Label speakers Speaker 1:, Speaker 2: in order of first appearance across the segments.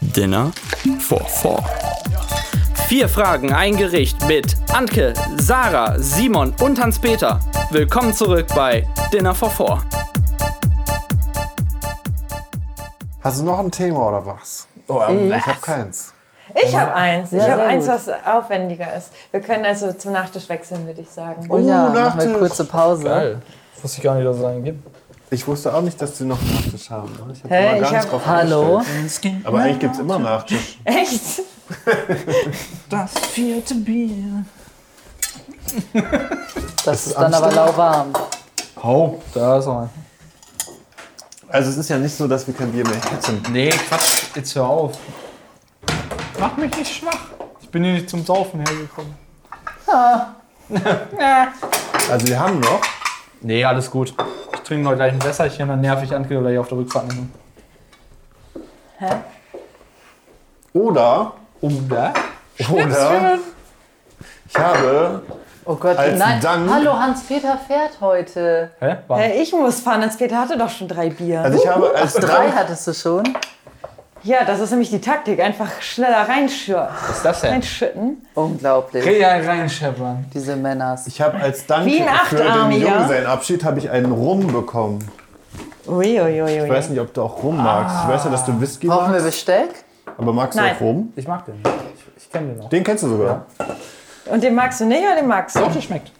Speaker 1: Dinner for Four.
Speaker 2: Vier Fragen, ein Gericht mit Antke, Sarah, Simon und Hans-Peter. Willkommen zurück bei Dinner for Four.
Speaker 3: Hast du noch ein Thema oder was? Oh,
Speaker 4: Mhm.
Speaker 3: ich habe keins.
Speaker 4: Ich habe eins. Ich
Speaker 5: sehr
Speaker 4: habe eins,
Speaker 5: gut.
Speaker 4: was aufwendiger ist. Wir können also zum Nachtisch wechseln, würde ich sagen.
Speaker 5: Oh, ja, machen wir
Speaker 3: Nachtisch.
Speaker 5: kurze Pause.
Speaker 6: Geil. Wusste ich gar nicht, dass es einen gibt.
Speaker 3: Ich wusste auch nicht, dass die noch einen Nachtisch haben. Äh, Ich habe
Speaker 4: Hä,
Speaker 3: immer gar
Speaker 4: ich
Speaker 3: nicht
Speaker 4: hab-
Speaker 3: drauf
Speaker 5: Hallo?
Speaker 3: eingestellt. Aber eigentlich gibt es immer Nachtisch.
Speaker 4: Echt?
Speaker 6: Das vierte Bier.
Speaker 5: Das ist dann aber lauwarm.
Speaker 6: Hau. Da ist noch ein.
Speaker 3: Also es ist ja nicht so, dass wir kein Bier mehr hätten.
Speaker 6: Nee, Quatsch. Jetzt hör auf. Mach mich nicht schwach. Ich bin hier nicht zum Saufen hergekommen.
Speaker 3: Also wir haben noch.
Speaker 6: Nee, alles gut. Ich trinke noch gleich ein Wässerchen, dann nerv ich Anke gleich auf der Rückfahrt. nicht mehr.
Speaker 3: Oder,
Speaker 6: Oder?
Speaker 3: oder ich habe
Speaker 5: Oh Gott,
Speaker 3: Als
Speaker 5: nein.
Speaker 3: Dank-
Speaker 5: Hallo, Hans-Peter fährt heute.
Speaker 6: Hä? War.
Speaker 4: Äh, Ich muss fahren, Hans-Peter hatte doch schon drei Bier.
Speaker 3: Also ich habe als
Speaker 5: Drei
Speaker 3: Dank,
Speaker 5: hattest du schon.
Speaker 4: ja, das ist nämlich die Taktik. Einfach schneller reinschür
Speaker 6: Was ist das denn?
Speaker 4: reinschütten.
Speaker 5: Unglaublich,
Speaker 6: Geh ja reinscheppern.
Speaker 5: diese Männers.
Speaker 3: ich habe als Dank
Speaker 4: Wie ein
Speaker 3: für den
Speaker 4: Achtarmiger.
Speaker 3: Junggesellenabschied habe ich einen Rum bekommen. Ich
Speaker 4: Uiuiuiui.
Speaker 3: weiß nicht, ob du auch Rum magst. Ich weiß ja, dass du Whisky
Speaker 5: Brauchen wir
Speaker 3: magst,
Speaker 5: Besteck?
Speaker 3: aber magst du
Speaker 4: Ah. Nein.
Speaker 3: auch Rum?
Speaker 6: Ich mag den. Ich, ich kenne den noch.
Speaker 3: Den kennst du sogar.
Speaker 4: Und den magst du nicht oder den magst du?
Speaker 6: Doch, der schmeckt.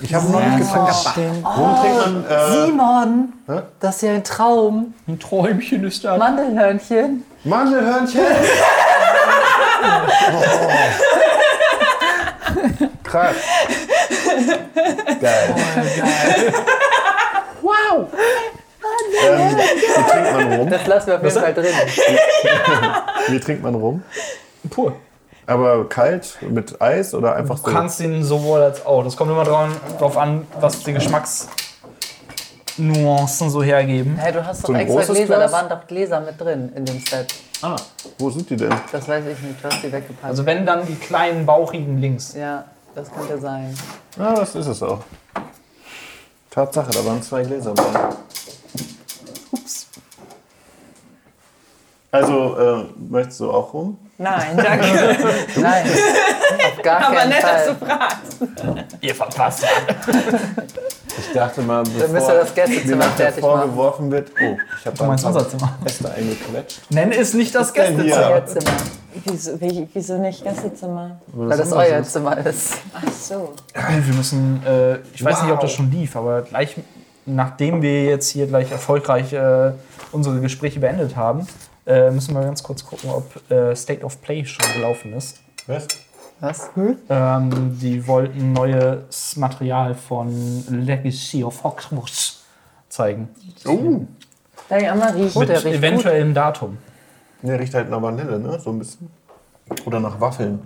Speaker 3: Ich habe noch nicht getrunken. Rum trinkt man
Speaker 4: Oh,
Speaker 3: äh,
Speaker 5: Simon, das ist ja ein Traum.
Speaker 6: Ein Träumchen ist da.
Speaker 5: Mandelhörnchen.
Speaker 3: Mandelhörnchen. Oh. Krass. Oh, Geil.
Speaker 5: Wow,
Speaker 3: Ähm, wie trinkt man Rum?
Speaker 5: das lassen wir auf jeden Fall drin.
Speaker 3: Wie trinkt man Rum?
Speaker 6: Pur.
Speaker 3: Aber kalt mit Eis oder einfach
Speaker 6: Du kannst ihn sowohl als auch. Das kommt immer dran, drauf an, was die Geschmacksnuancen so hergeben.
Speaker 5: Hey, du hast doch
Speaker 3: So ein
Speaker 5: extra
Speaker 3: großes
Speaker 5: Gläser,
Speaker 3: Glas?
Speaker 5: da waren doch Gläser mit drin in dem Set.
Speaker 3: Ah, wo sind die denn?
Speaker 5: Das weiß ich nicht, du hast die weggepackt.
Speaker 6: Also wenn dann die kleinen bauchigen links.
Speaker 5: ja, das könnte sein.
Speaker 3: Ah, das ist es auch. Tatsache, da waren zwei Gläser bei. Ups. Also, äh, möchtest du auch rum?
Speaker 4: Nein, danke.
Speaker 5: Nein, auf gar
Speaker 4: Aber
Speaker 5: keinen
Speaker 4: nett, dass du
Speaker 5: Fall.
Speaker 4: fragst.
Speaker 6: Ihr verpasst.
Speaker 3: Ich dachte mal, bevor
Speaker 5: müsst ihr das Gästezimmer
Speaker 3: mir nach der
Speaker 5: fertig machen.
Speaker 3: vorgeworfen wird. Oh, ich habe
Speaker 6: Du meinst unser Zimmer.
Speaker 3: Feste eingequetscht.
Speaker 6: Nenn es nicht das
Speaker 3: denn hier?
Speaker 6: Gästezimmer.
Speaker 5: Euer Zimmer,
Speaker 4: Wieso, wie- wieso nicht Gästezimmer?
Speaker 5: weil das euer Zimmer ist.
Speaker 4: Ach so.
Speaker 6: Wir müssen, äh, ich weiß nicht, ob das schon lief, aber gleich, nachdem wir jetzt hier gleich erfolgreich äh, unsere Gespräche beendet haben, äh, müssen wir ganz kurz gucken, ob äh, State of Play schon gelaufen ist.
Speaker 3: Was?
Speaker 5: Was?
Speaker 6: Ähm, die wollten neues Material von Legacy of Hogwarts zeigen.
Speaker 3: Oh,
Speaker 4: Darf ich auch mal riechen?
Speaker 5: Gut, der
Speaker 6: Mit
Speaker 5: riecht gut.
Speaker 6: eventuellem Datum.
Speaker 3: der riecht halt nach Vanille, ne? So ein bisschen. Oder nach Waffeln.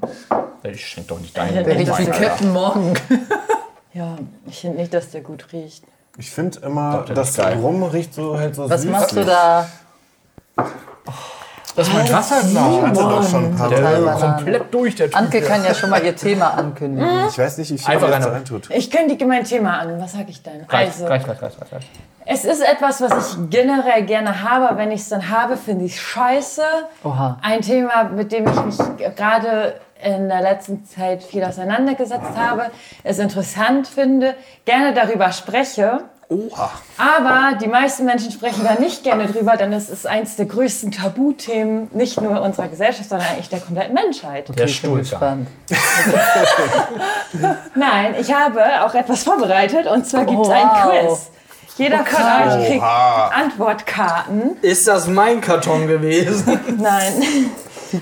Speaker 6: Ich schenke doch nicht deinen.
Speaker 5: Der riecht wie Captain Morgan.
Speaker 4: Ja, ich finde nicht, dass der gut riecht.
Speaker 3: Ich finde immer,
Speaker 6: der
Speaker 3: das
Speaker 6: riecht geil.
Speaker 3: Rum riecht so halt so
Speaker 5: Was
Speaker 3: süßlich.
Speaker 5: machst du da?
Speaker 6: Das ist mein
Speaker 3: Ich
Speaker 6: Wasserglas.
Speaker 3: hatte doch schon ein paar Mal.
Speaker 6: Der komplett durch, der Typ.
Speaker 5: Anke kann ja schon mal ihr Thema
Speaker 4: Mhm.
Speaker 5: ankündigen.
Speaker 3: Ich weiß nicht, wie viel
Speaker 6: Einfach
Speaker 3: man jetzt da
Speaker 6: rein.
Speaker 3: reintut.
Speaker 4: Ich kündige mein Thema an. Was sag ich denn?
Speaker 6: Gleich,
Speaker 4: also,
Speaker 6: gleich, gleich, gleich, gleich, gleich.
Speaker 4: es ist etwas, was ich generell gerne habe. aber Wenn ich es dann habe, finde ich es scheiße.
Speaker 5: Oha.
Speaker 4: Ein Thema, mit dem ich mich gerade in der letzten Zeit viel auseinandergesetzt habe, es interessant finde, gerne darüber spreche. Aber die meisten Menschen sprechen da nicht gerne drüber, denn es ist eins der größten Tabuthemen, nicht nur unserer Gesellschaft, sondern eigentlich der kompletten Menschheit.
Speaker 6: Der
Speaker 5: Ich bin
Speaker 6: Stuhl.
Speaker 5: gespannt.
Speaker 4: Nein, ich habe auch etwas vorbereitet und zwar gibt es
Speaker 5: Oh,
Speaker 4: ein
Speaker 5: wow.
Speaker 4: Quiz. Jeder von euch kriegt Antwortkarten.
Speaker 6: Ist das mein Karton gewesen?
Speaker 4: Nein.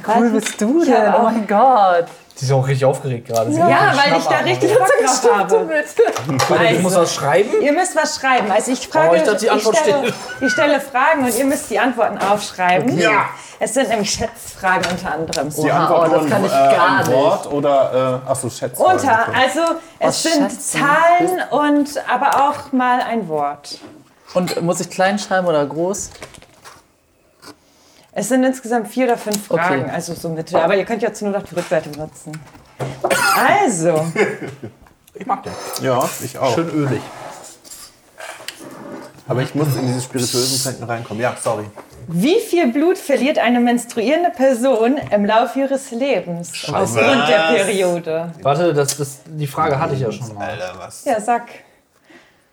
Speaker 5: Cool bist du
Speaker 4: Ich hab
Speaker 5: denn?
Speaker 4: auch-
Speaker 5: Oh mein Gott.
Speaker 6: Die ist auch richtig aufgeregt gerade. Sie hat
Speaker 4: Ja,
Speaker 6: den
Speaker 4: weil ich da
Speaker 6: Schnappatmung.
Speaker 4: richtig Bock drauf habe.
Speaker 6: Warte, Ich muss was schreiben?
Speaker 4: Ihr müsst was schreiben. Also ich frage,
Speaker 6: Oh, ich dachte, die Antwort
Speaker 4: stelle, ich stelle Fragen und ihr müsst die Antworten aufschreiben.
Speaker 3: Ja.
Speaker 4: Es sind nämlich Schätzfragen unter anderem.
Speaker 3: Die
Speaker 5: Oha,
Speaker 3: Antwort
Speaker 5: oh, das
Speaker 3: nur
Speaker 5: kann
Speaker 3: ein-
Speaker 5: ich
Speaker 3: äh, ein
Speaker 5: gar nicht.
Speaker 3: Wort oder, äh, ach so, Schätz.
Speaker 4: Unter, also es
Speaker 5: Was
Speaker 4: sind
Speaker 5: schätzen?
Speaker 4: Zahlen und aber auch mal ein Wort.
Speaker 5: Und muss ich klein schreiben oder groß?
Speaker 4: Es sind insgesamt vier oder fünf
Speaker 5: Okay.
Speaker 4: Fragen, also so Mitte. Aber ihr könnt ja jetzt nur noch die Rückseite benutzen. Also,
Speaker 6: Ich mag den.
Speaker 3: Ja, ich auch.
Speaker 6: Schön ölig.
Speaker 3: Aber ich muss in diese spirituösen Zeiten reinkommen. Ja, sorry.
Speaker 4: Wie viel Blut verliert eine menstruierende Person im Laufe ihres Lebens aufgrund der Periode?
Speaker 6: Warte, das, das, die Frage hatte ich ja schon mal.
Speaker 3: Alter, was?
Speaker 4: Ja, sag.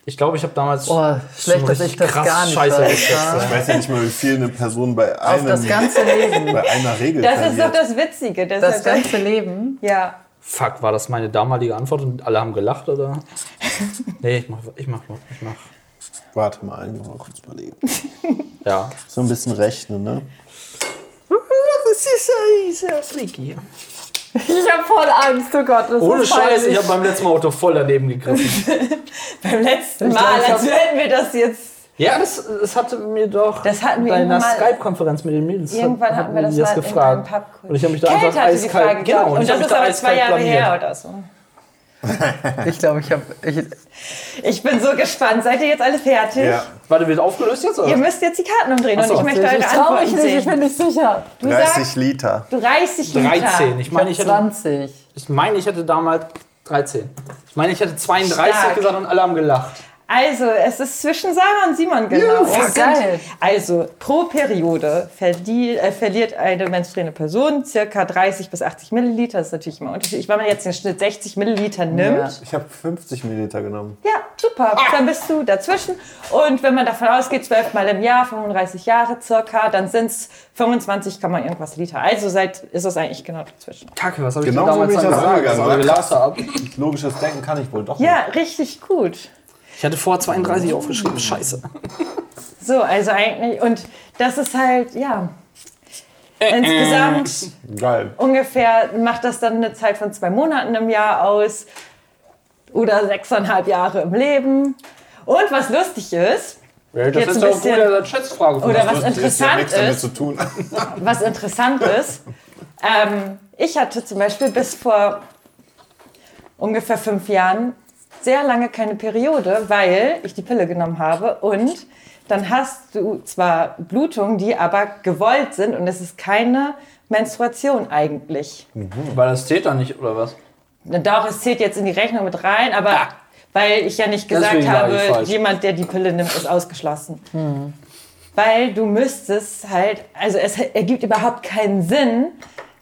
Speaker 6: Ich glaube, ich habe damals.
Speaker 4: Oh.
Speaker 5: Boah, Oh, schlecht, dass ich das
Speaker 6: krass
Speaker 5: gar nicht
Speaker 6: scheiße
Speaker 5: weiß.
Speaker 6: geschätzt.
Speaker 3: Ich weiß ja nicht mal, wie viel eine Person bei,
Speaker 5: Auf
Speaker 3: einem,
Speaker 5: das ganze Leben.
Speaker 3: bei einer Regel
Speaker 4: Das ist doch
Speaker 3: verliert.
Speaker 4: das Witzige.
Speaker 5: Das
Speaker 4: deshalb-
Speaker 5: ganze Leben.
Speaker 4: ja.
Speaker 6: Fuck, war das meine damalige Antwort und alle haben gelacht, oder? Nee, ich mach, ich mach, ich mach.
Speaker 3: Warte mal, ich muss mal kurz überlegen.
Speaker 6: Ja.
Speaker 3: So ein bisschen rechnen, ne?
Speaker 5: Das ist ja sehr freaky. Ich hab voll Angst, oh Gott. Das
Speaker 6: Ohne
Speaker 5: ist peinlich.
Speaker 6: Scheiß, ich habe beim letzten Mal auch doch voll daneben gegriffen.
Speaker 4: Beim letzten Mal, als hätten wir das jetzt.
Speaker 6: Ja, das, das hatte mir doch
Speaker 4: Das hatten wir
Speaker 6: bei einer
Speaker 4: irgendwann mal-
Speaker 6: Skype-Konferenz mit den Mädels. hat-
Speaker 4: Irgendwann hatten
Speaker 6: hatten
Speaker 4: wir
Speaker 6: die
Speaker 4: das,
Speaker 6: das
Speaker 4: mal
Speaker 6: gefragt.
Speaker 4: in einem Pub
Speaker 6: und ich habe mich da
Speaker 4: Kate
Speaker 6: einfach
Speaker 4: hatte die
Speaker 6: eiskalt.
Speaker 4: Frage,
Speaker 6: genau,
Speaker 4: genau, und
Speaker 6: ich
Speaker 4: das
Speaker 6: hab mich
Speaker 4: ist
Speaker 6: da
Speaker 4: aber
Speaker 6: eiskalt
Speaker 4: zwei Jahre
Speaker 6: blamiert.
Speaker 4: her oder so.
Speaker 5: Ich glaube, ich habe. Ich,
Speaker 4: Ich bin so gespannt. Seid ihr jetzt alle fertig?
Speaker 3: Ja.
Speaker 6: Warte, wird aufgelöst jetzt? Oder?
Speaker 4: Ihr müsst jetzt die Karten umdrehen
Speaker 6: so.
Speaker 4: und ich möchte eure
Speaker 5: ich trau
Speaker 4: Antworten
Speaker 5: mich nicht, ich
Speaker 4: sehen.
Speaker 5: bin nicht sicher.
Speaker 4: Du
Speaker 3: 30
Speaker 4: sagst
Speaker 3: Liter.
Speaker 4: 30 Liter.
Speaker 6: 13. Ich meine, ich hätte,
Speaker 5: 20.
Speaker 6: ich meine, ich hätte damals 13. Ich meine, ich hätte 32
Speaker 4: Stark.
Speaker 6: gesagt und alle haben gelacht.
Speaker 4: Also, es ist zwischen Sarah und Simon genau.
Speaker 5: fuck. oh, Geil.
Speaker 4: Also, pro Periode verdie- äh, verliert eine menstruierende Person circa 30 bis 80 Milliliter. Das ist natürlich immer unterschiedlich. Wenn man jetzt den Schnitt 60 Milliliter nimmt,
Speaker 3: Ich habe 50 Milliliter genommen.
Speaker 4: ja, super. Dann bist du dazwischen. Und wenn man davon ausgeht, 12 Mal im Jahr, 35 Jahre circa, dann sind es 25, Komma irgendwas Liter. Also seid, ist es eigentlich genau dazwischen.
Speaker 6: Kacke, was habe ich
Speaker 3: Genau
Speaker 6: denn
Speaker 3: so
Speaker 6: damals
Speaker 3: bin ich
Speaker 6: dann
Speaker 3: das
Speaker 6: gesagt?
Speaker 3: angegangen,
Speaker 6: Was
Speaker 3: oder?
Speaker 6: alle gelacht haben?
Speaker 3: Logisches Denken kann ich wohl doch
Speaker 4: Ja, richtig gut.
Speaker 6: Ich hatte vor 32 aufgeschrieben. Scheiße.
Speaker 4: So, also eigentlich, und das ist halt, ja. Äh, Insgesamt
Speaker 3: nicht. Geil.
Speaker 4: ungefähr macht das dann eine Zeit von zwei Monaten im Jahr aus oder sechseinhalb Jahre im Leben. Und was lustig ist,
Speaker 6: Ja,
Speaker 4: Jetzt
Speaker 6: das ist
Speaker 4: ein
Speaker 6: doch
Speaker 4: bisschen-
Speaker 6: eine gute Schätzfrage.
Speaker 4: oder was
Speaker 3: Das ist ja
Speaker 4: interessant
Speaker 3: nichts damit
Speaker 4: ist,
Speaker 3: zu tun.
Speaker 4: was interessant ist, ähm, ich hatte zum Beispiel bis vor ungefähr fünf Jahren sehr lange keine Periode, weil ich die Pille genommen habe und dann hast du zwar Blutungen, die aber gewollt sind und es ist keine Menstruation eigentlich.
Speaker 6: Weil das zählt dann nicht, oder was?
Speaker 4: Na Doch, es zählt jetzt in die Rechnung mit rein, aber weil ich ja nicht gesagt
Speaker 6: Deswegen war ich
Speaker 4: habe,
Speaker 6: falsch. Hm.
Speaker 4: jemand, der die Pille nimmt, ist ausgeschlossen. Weil du müsstest halt, also es ergibt überhaupt keinen Sinn,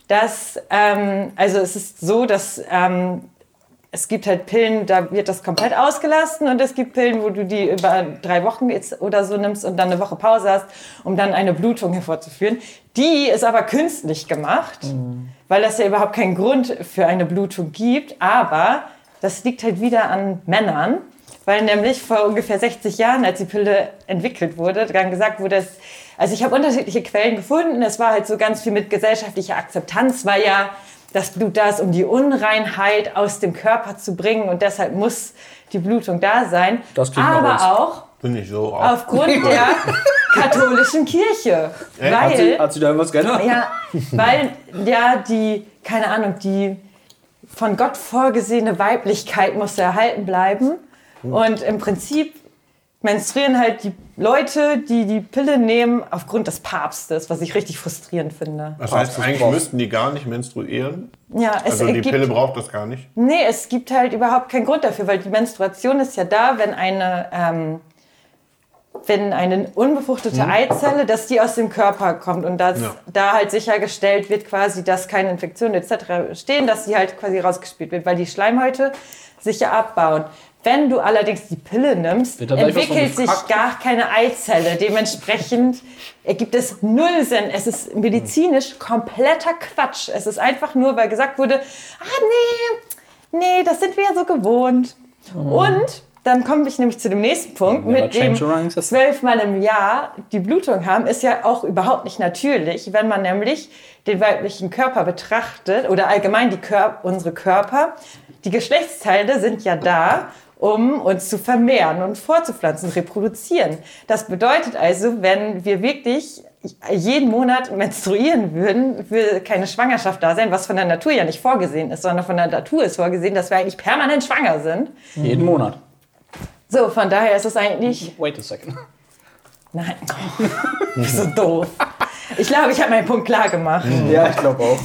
Speaker 4: dass, ähm, also es ist so, dass ähm, es gibt halt Pillen, da wird das komplett ausgelassen und es gibt Pillen, wo du die über drei Wochen jetzt oder so nimmst und dann eine Woche Pause hast, um dann eine Blutung hervorzuführen. Die ist aber künstlich gemacht, weil das ja überhaupt keinen Grund für eine Blutung gibt. Aber das liegt halt wieder an Männern, weil nämlich vor ungefähr 60 Jahren, als die Pille entwickelt wurde, dann gesagt wurde, es, also ich habe unterschiedliche Quellen gefunden. Es war halt so ganz viel mit gesellschaftlicher Akzeptanz, weil ja das Blut da ist, um die Unreinheit aus dem Körper zu bringen und deshalb muss die Blutung da sein.
Speaker 6: Das klingt nach uns.
Speaker 4: Aber auch
Speaker 3: Bin ich so auch.
Speaker 4: aufgrund der katholischen Kirche. Weil,
Speaker 6: Hat sie da was geändert?
Speaker 4: ja, weil ja die, keine Ahnung, die von Gott vorgesehene Weiblichkeit muss erhalten bleiben.
Speaker 6: Hm.
Speaker 4: Und im Prinzip menstruieren halt die Leute, die die Pille nehmen, aufgrund des Papstes, was ich richtig frustrierend finde.
Speaker 3: Das heißt, eigentlich müssten die gar nicht menstruieren.
Speaker 4: Ja, es
Speaker 3: Also die
Speaker 4: ergibt-
Speaker 3: Pille braucht das gar nicht.
Speaker 4: Nee, es gibt halt überhaupt keinen Grund dafür, weil die Menstruation ist ja da, wenn eine, ähm, wenn eine unbefruchtete
Speaker 6: Hm.
Speaker 4: Eizelle, dass die aus dem Körper kommt und dass
Speaker 3: Ja.
Speaker 4: da halt sichergestellt wird quasi, dass keine Infektionen etc. stehen, dass sie halt quasi rausgespielt wird, weil die Schleimhäute sich ja abbauen. Wenn du allerdings die Pille nimmst,
Speaker 6: Wird da gleich was von
Speaker 4: entwickelt sich
Speaker 6: gefragt?
Speaker 4: gar keine Eizelle. Dementsprechend ergibt es null Sinn. Es ist medizinisch kompletter Quatsch. Es ist einfach nur, weil gesagt wurde, ah nee, Nee, das sind wir ja so gewohnt. Und dann komme ich nämlich zu dem nächsten Punkt.
Speaker 6: Never
Speaker 4: mit dem
Speaker 6: Mhm. change your running system.
Speaker 4: zwölfmal im Jahr die Blutung haben, ist ja auch überhaupt nicht natürlich, wenn man nämlich den weiblichen Körper betrachtet oder allgemein die Kör unsere Körper. Die Geschlechtsteile sind ja da, um uns zu vermehren und vorzupflanzen, reproduzieren. Das bedeutet also, wenn wir wirklich jeden Monat menstruieren würden, würde keine Schwangerschaft da sein, was von der Natur ja nicht vorgesehen ist, sondern von der Natur ist vorgesehen, dass wir eigentlich permanent schwanger sind.
Speaker 6: Jeden Monat.
Speaker 4: So, von daher ist es eigentlich.
Speaker 6: Wait a second.
Speaker 4: Nein. Bist so doof. Ich glaube, ich habe meinen Punkt klar gemacht.
Speaker 6: Ja, ich glaube auch.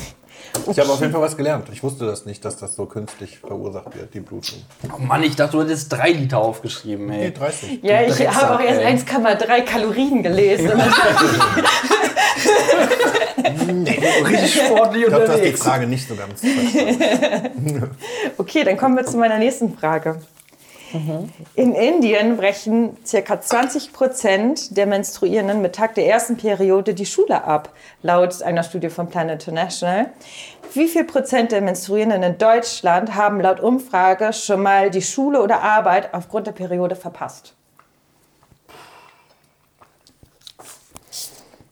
Speaker 3: Ich habe auf jeden Fall was gelernt. Ich wusste das nicht, dass das so künstlich verursacht wird, die Blutung.
Speaker 7: Oh Mann, ich dachte, du hättest drei Liter aufgeschrieben,
Speaker 3: Nee,
Speaker 7: ey.
Speaker 3: 30.
Speaker 4: Ja, ich
Speaker 7: Drecksack,
Speaker 4: habe auch erst
Speaker 7: ey.
Speaker 4: 1,3 Kalorien gelesen.
Speaker 7: Richtig
Speaker 3: Ich
Speaker 7: sportlich
Speaker 3: glaube, du hast die
Speaker 7: unterwegs.
Speaker 3: Frage nicht so ganz verstanden.
Speaker 8: Okay, dann kommen wir zu meiner nächsten Frage. In Indien brechen ca. 20 Prozent der Menstruierenden mit Tag der ersten Periode die Schule ab, laut einer Studie von Planet International. Wie viel Prozent der Menstruierenden in Deutschland haben laut Umfrage schon mal die Schule oder Arbeit aufgrund der Periode verpasst?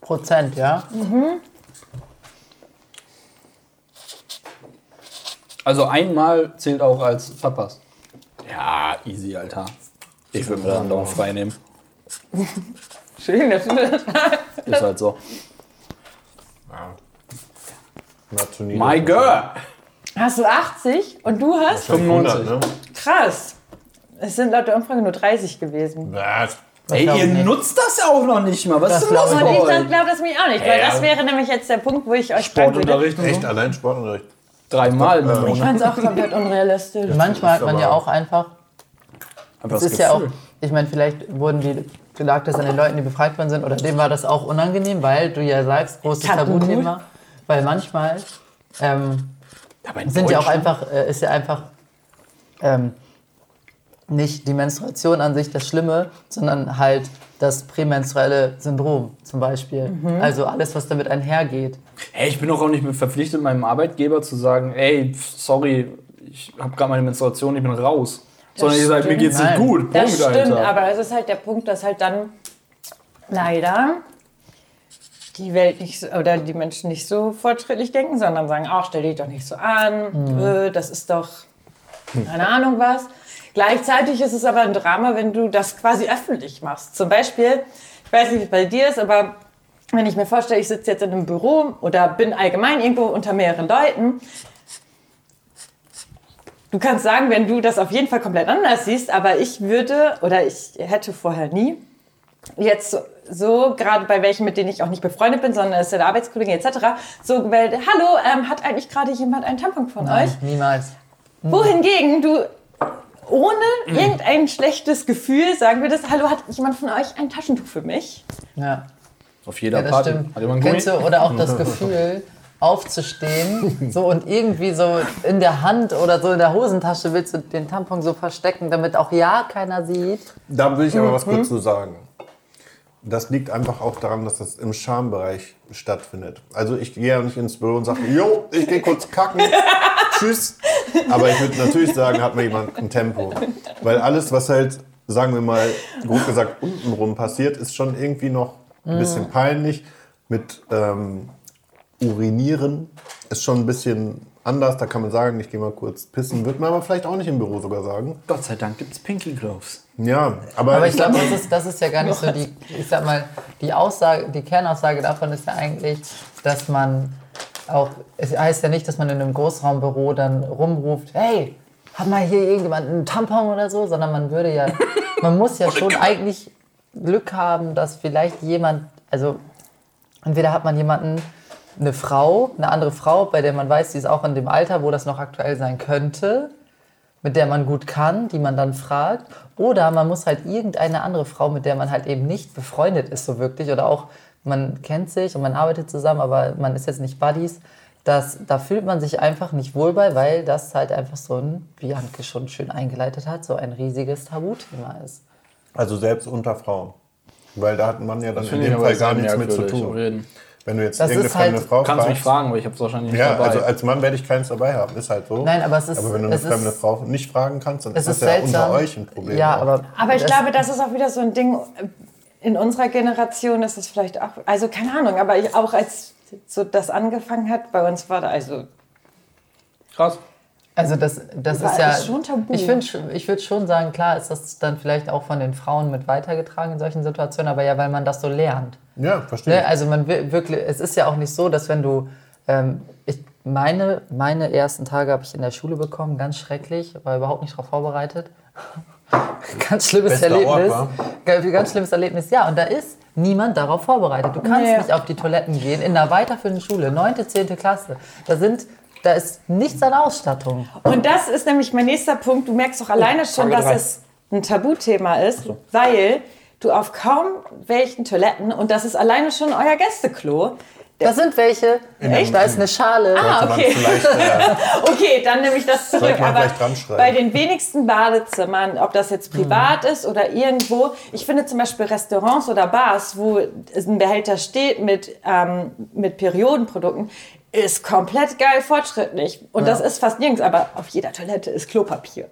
Speaker 5: Prozent, ja?
Speaker 7: Also einmal zählt auch als verpasst. Ja, easy, Alter. Ich würde mir dann doch frei nehmen.
Speaker 4: Entschuldigung, dass du das
Speaker 7: Ist halt so.
Speaker 3: Martinino.
Speaker 7: My girl!
Speaker 4: Hast du 80 und du hast?
Speaker 3: 95. 100, ne?
Speaker 4: Krass. Es sind laut der Umfrage nur 30 gewesen.
Speaker 3: Was?
Speaker 7: Ey,
Speaker 5: glaub
Speaker 7: ihr
Speaker 5: ich nicht.
Speaker 7: nutzt das auch noch nicht mal. Was
Speaker 5: Das
Speaker 7: ist denn los
Speaker 5: glaub
Speaker 4: Und
Speaker 7: mit
Speaker 4: ich
Speaker 7: euch?
Speaker 4: glaube das mich auch nicht, weil
Speaker 7: Ja.
Speaker 4: das wäre nämlich jetzt der Punkt, wo ich euch fragen würde.
Speaker 7: Sportunterricht und
Speaker 3: Echt,
Speaker 7: so?
Speaker 3: allein Sportunterricht.
Speaker 7: Dreimal im Monat.
Speaker 4: Ich fand es auch komplett unrealistisch.
Speaker 5: Manchmal hat man ja auch einfach.
Speaker 7: Hab
Speaker 5: Das
Speaker 7: das
Speaker 5: ist ja auch.
Speaker 7: Gefühl.
Speaker 5: Ich meine, vielleicht wurden die. Lag das an den Leuten, die befragt worden sind? Oder dem war das auch unangenehm, weil du ja sagst, großes
Speaker 4: Tabu.
Speaker 5: Tabuthema. Weil manchmal ähm,
Speaker 7: Aber in
Speaker 5: sind ja auch
Speaker 7: Deutschland-
Speaker 5: einfach, äh, ist ja einfach ähm, nicht die Menstruation an sich das Schlimme, sondern halt das prämenstruelle Syndrom zum Beispiel. Also alles, was damit einhergeht.
Speaker 7: Hey, ich bin doch auch nicht mehr verpflichtet, meinem Arbeitgeber zu sagen, ey, pf, sorry, ich habe gerade meine Menstruation, ich bin raus. Sondern ihr sagt, mir geht's nicht
Speaker 5: Nein.
Speaker 7: gut. Punkt,
Speaker 4: Das stimmt,
Speaker 7: Alter.
Speaker 4: aber es ist halt der Punkt, dass halt dann leider die Welt nicht so, oder die Menschen nicht so fortschrittlich denken, sondern sagen, ach, stell dich doch nicht so an,
Speaker 7: Mhm.
Speaker 4: äh, das ist doch keine Ahnung was. Gleichzeitig ist es aber ein Drama, wenn du das quasi öffentlich machst. Zum Beispiel, ich weiß nicht, wie es bei dir ist, aber wenn ich mir vorstelle, ich sitze jetzt in einem Büro oder bin allgemein irgendwo unter mehreren Leuten Du kannst sagen, wenn du das auf jeden Fall komplett anders siehst, aber ich würde oder ich hätte vorher nie jetzt so, so gerade bei welchen, mit denen ich auch nicht befreundet bin, sondern es sind Arbeitskollegen etc., so gemeldet, hallo, ähm, hat eigentlich gerade jemand einen Tampon von euch?
Speaker 5: Niemals.
Speaker 4: Wohingegen du ohne irgendein schlechtes Gefühl sagen würdest, hallo, hat jemand von euch ein Taschentuch für mich?
Speaker 5: Ja,
Speaker 7: Auf jeder
Speaker 5: ja das
Speaker 7: Party.
Speaker 5: stimmt.
Speaker 7: Hat jemand einen
Speaker 5: Kennst du,
Speaker 7: Gummi?
Speaker 5: oder auch das Gefühl, aufzustehen so und irgendwie so in der Hand oder so in der Hosentasche willst du den Tampon so verstecken, damit auch ja keiner sieht.
Speaker 3: Da will ich aber was kurz zu sagen. Das liegt einfach auch daran, dass das im Schambereich stattfindet. Also ich gehe ja nicht ins Büro und sage, jo, ich gehe kurz kacken, tschüss. Aber ich würde natürlich sagen, hat mir jemand ein Tempo. Weil alles, was halt, sagen wir mal, grob gesagt, untenrum passiert, ist schon irgendwie noch ein bisschen peinlich. Mit ähm, Urinieren ist schon ein bisschen anders. Da kann man sagen, ich gehe mal kurz pissen. Wird man aber vielleicht auch nicht im Büro sogar sagen.
Speaker 7: Gott sei Dank gibt's Pinky Gloves.
Speaker 3: Ja, aber,
Speaker 5: Aber ich glaube, das ist, das ist ja gar nicht so die, ich sag mal, die Aussage, die Kernaussage davon ist ja eigentlich, dass man auch, es heißt ja nicht, dass man in einem Großraumbüro dann rumruft, hey, hat mal hier irgendjemand einen Tampon oder so, sondern man würde ja, man muss ja schon eigentlich Glück haben, dass vielleicht jemand, also entweder hat man jemanden, eine Frau, eine andere Frau, bei der man weiß, die ist auch in dem Alter, wo das noch aktuell sein könnte, mit der man gut kann, die man dann fragt. Oder man muss halt irgendeine andere Frau, mit der man halt eben nicht befreundet ist, so wirklich. Oder auch man kennt sich und man arbeitet zusammen, aber man ist jetzt nicht Buddies. Das, da fühlt man sich einfach nicht wohl bei, weil das halt einfach so ein, wie Anke schon schön eingeleitet hat, so ein riesiges Tabuthema ist.
Speaker 3: Also selbst unter Frauen. Weil da hat man ja dann in
Speaker 7: Finde ich
Speaker 3: dem
Speaker 7: aber
Speaker 3: Fall gar
Speaker 7: sehr
Speaker 3: nichts mit zu
Speaker 7: merkwürdig.
Speaker 3: tun.
Speaker 7: Reden.
Speaker 3: Wenn du jetzt
Speaker 5: Das
Speaker 3: irgendeine
Speaker 5: ist halt-
Speaker 3: fremde Frau
Speaker 7: Kannst mich
Speaker 3: fragst.
Speaker 7: fragen, weil ich habe es wahrscheinlich nicht
Speaker 3: ja,
Speaker 7: dabei.
Speaker 3: also als Mann werde ich keins dabei haben, ist halt so.
Speaker 5: Nein, aber es ist-
Speaker 3: Aber wenn du eine
Speaker 5: es ist-
Speaker 3: fremde Frau nicht fragen kannst, dann
Speaker 5: Es
Speaker 3: ist das
Speaker 5: ist
Speaker 3: ja
Speaker 5: seltsam.
Speaker 3: unter euch ein Problem.
Speaker 5: Ja,
Speaker 3: auch.
Speaker 5: aber,
Speaker 4: Aber ich
Speaker 5: das-
Speaker 4: glaube, das ist auch wieder so ein Ding. äh, In unserer Generation ist es vielleicht auch, also keine Ahnung, aber ich auch als so das angefangen hat, bei uns war da, also
Speaker 7: Krass.
Speaker 5: Also das, das
Speaker 4: Überall
Speaker 5: ist ja.
Speaker 4: ist schon Tabu.
Speaker 5: Ich, find schon- ich würde schon sagen, klar ist das dann vielleicht auch von den Frauen mit weitergetragen in solchen Situationen, aber ja, weil man das so lernt.
Speaker 3: ja, verstehe.
Speaker 5: Ne? Also man will wirklich, es ist ja auch nicht so, dass wenn du, ähm, ich meine, meine ersten Tage habe ich in der Schule bekommen, ganz schrecklich, war überhaupt nicht darauf vorbereitet. ganz schlimmes
Speaker 3: Bester Ort,
Speaker 5: Erlebnis.
Speaker 3: wa?
Speaker 5: Ganz- ganz schlimmes Erlebnis. Ja, und da ist niemand darauf vorbereitet. Du kannst nicht auf die Toiletten gehen in einer weiterführenden Schule, 9., 10. Klasse. Da sind, da ist nichts an Ausstattung.
Speaker 4: Und das ist nämlich mein nächster Punkt. Du merkst doch alleine schon, dass es ein Tabuthema ist, weil du auf kaum welchen Toiletten, und das ist alleine schon euer Gästeklo,
Speaker 5: Da sind welche, echt? da ist eine Schale.
Speaker 3: Sollte
Speaker 4: okay.
Speaker 3: man vielleicht, äh,
Speaker 4: Okay, dann nehme ich das zurück.
Speaker 3: Sollte man
Speaker 4: Aber
Speaker 3: gleich dran schreiben. Mhm.
Speaker 4: bei den wenigsten Badezimmern, ob das jetzt privat ist oder irgendwo, ich finde zum Beispiel Restaurants oder Bars, wo es ein Behälter steht mit, ähm, mit Periodenprodukten, ist komplett geil fortschrittlich. Und das ist fast nirgends, aber auf jeder Toilette ist Klopapier.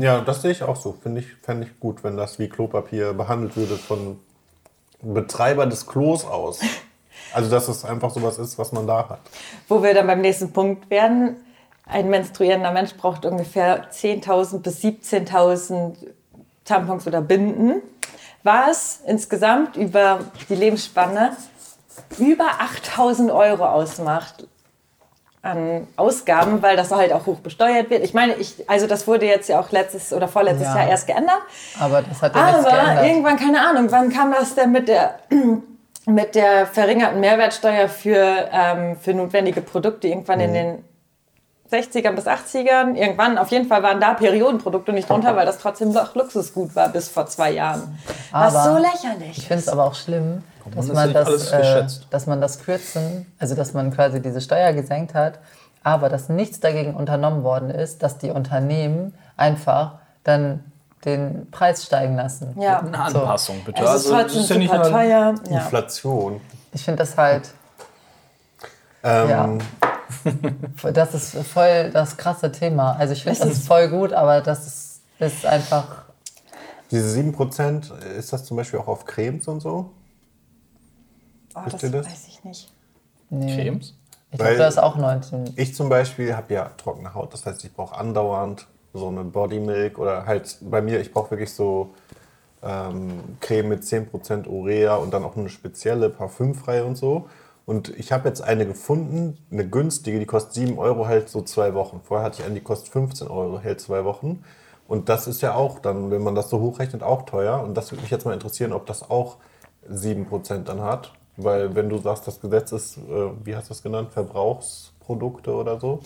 Speaker 3: ja, das sehe ich auch so. Finde ich, fände ich gut, wenn das wie Klopapier behandelt würde von Betreiber des Klos aus. Also, dass es einfach sowas ist, was man da hat.
Speaker 4: Wo wir dann beim nächsten Punkt werden. Ein menstruierender Mensch braucht ungefähr 10.000 bis 17.000 Tampons oder Binden. Was insgesamt über die Lebensspanne über 8.000 Euro ausmacht an Ausgaben, weil das halt auch hoch besteuert wird. Ich meine, ich, also das wurde jetzt ja auch letztes oder vorletztes
Speaker 5: Ja.
Speaker 4: Jahr erst geändert.
Speaker 5: Aber das hat ja nichts
Speaker 4: Aber
Speaker 5: geändert.
Speaker 4: irgendwann, keine Ahnung, wann kam das denn mit der, mit der verringerten Mehrwertsteuer für, ähm, für notwendige Produkte irgendwann in den 60ern bis 80ern? Irgendwann, auf jeden Fall waren da Periodenprodukte nicht drunter, weil das trotzdem doch Luxusgut war bis vor zwei Jahren. Was
Speaker 5: Aber
Speaker 4: so lächerlich
Speaker 5: Ich finde es aber auch schlimm, dass
Speaker 7: das
Speaker 5: man
Speaker 7: nicht
Speaker 5: das,
Speaker 7: alles
Speaker 5: äh,
Speaker 7: geschätzt.
Speaker 5: dass man das kürzen, also dass man quasi diese Steuer gesenkt hat, aber dass nichts dagegen unternommen worden ist, dass die Unternehmen einfach dann den Preis steigen lassen.
Speaker 4: Ja,
Speaker 7: Eine Anpassung, bitte. Also,
Speaker 4: es ist
Speaker 6: also,
Speaker 4: halt
Speaker 7: das
Speaker 4: trotzdem
Speaker 7: ist ja nicht
Speaker 4: super
Speaker 7: nur-
Speaker 4: teuer. Ja.
Speaker 3: Inflation.
Speaker 5: Ich finde das halt,
Speaker 3: Ähm,
Speaker 5: ja. Das ist voll das krasse Thema. Also ich finde das voll gut, aber das ist, ist einfach.
Speaker 3: Diese 7%, ist das zum Beispiel auch auf Cremes und so?
Speaker 4: Oh,
Speaker 3: Wisst
Speaker 4: das
Speaker 3: ihr das?
Speaker 4: weiß ich nicht.
Speaker 7: Cremes?
Speaker 5: Ich
Speaker 3: Weil-
Speaker 5: glaube, das ist auch 19.
Speaker 3: Ich zum Beispiel habe ja trockene Haut, das heißt, ich brauche andauernd so eine Bodymilk oder halt bei mir, ich brauche wirklich so ähm, Creme mit 10% Urea und dann auch eine spezielle parfümfrei und so. Und ich habe jetzt eine gefunden, eine günstige, die kostet 7 Euro, hält so zwei Wochen. Vorher hatte ich eine, die kostet 15 Euro, hält zwei Wochen. Und das ist ja auch dann, wenn man das so hochrechnet, auch teuer. Und das würde mich jetzt mal interessieren, ob das auch 7% dann hat. Weil wenn du sagst, das Gesetz ist, äh, wie hast du es genannt, Verbrauchsprodukte oder so.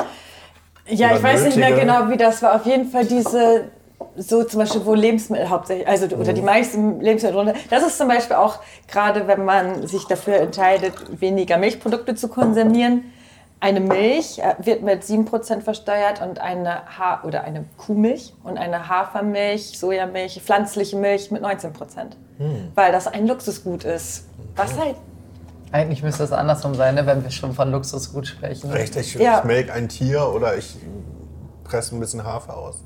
Speaker 4: Ja,
Speaker 3: Oder
Speaker 4: ich weiß nicht mehr
Speaker 3: nötige.
Speaker 4: genau, wie das war. Auf jeden Fall diese, so zum Beispiel, wo Lebensmittel hauptsächlich, also
Speaker 3: Mhm.
Speaker 4: oder die meisten Lebensmittel drunter. Das ist zum Beispiel auch, gerade wenn man sich dafür entscheidet, weniger Milchprodukte zu konsumieren. Eine Milch äh, wird mit 7% versteuert und eine Ha- oder eine Kuhmilch und eine Hafermilch, Sojamilch, pflanzliche Milch mit 19%.
Speaker 3: Hm.
Speaker 4: Weil das ein Luxusgut ist. Was halt
Speaker 5: Eigentlich müsste es andersrum sein, ne, wenn wir schon von Luxusgut sprechen.
Speaker 3: Echt, ich,
Speaker 4: Ja.
Speaker 3: ich melke ein Tier oder ich presse ein bisschen Hafer aus.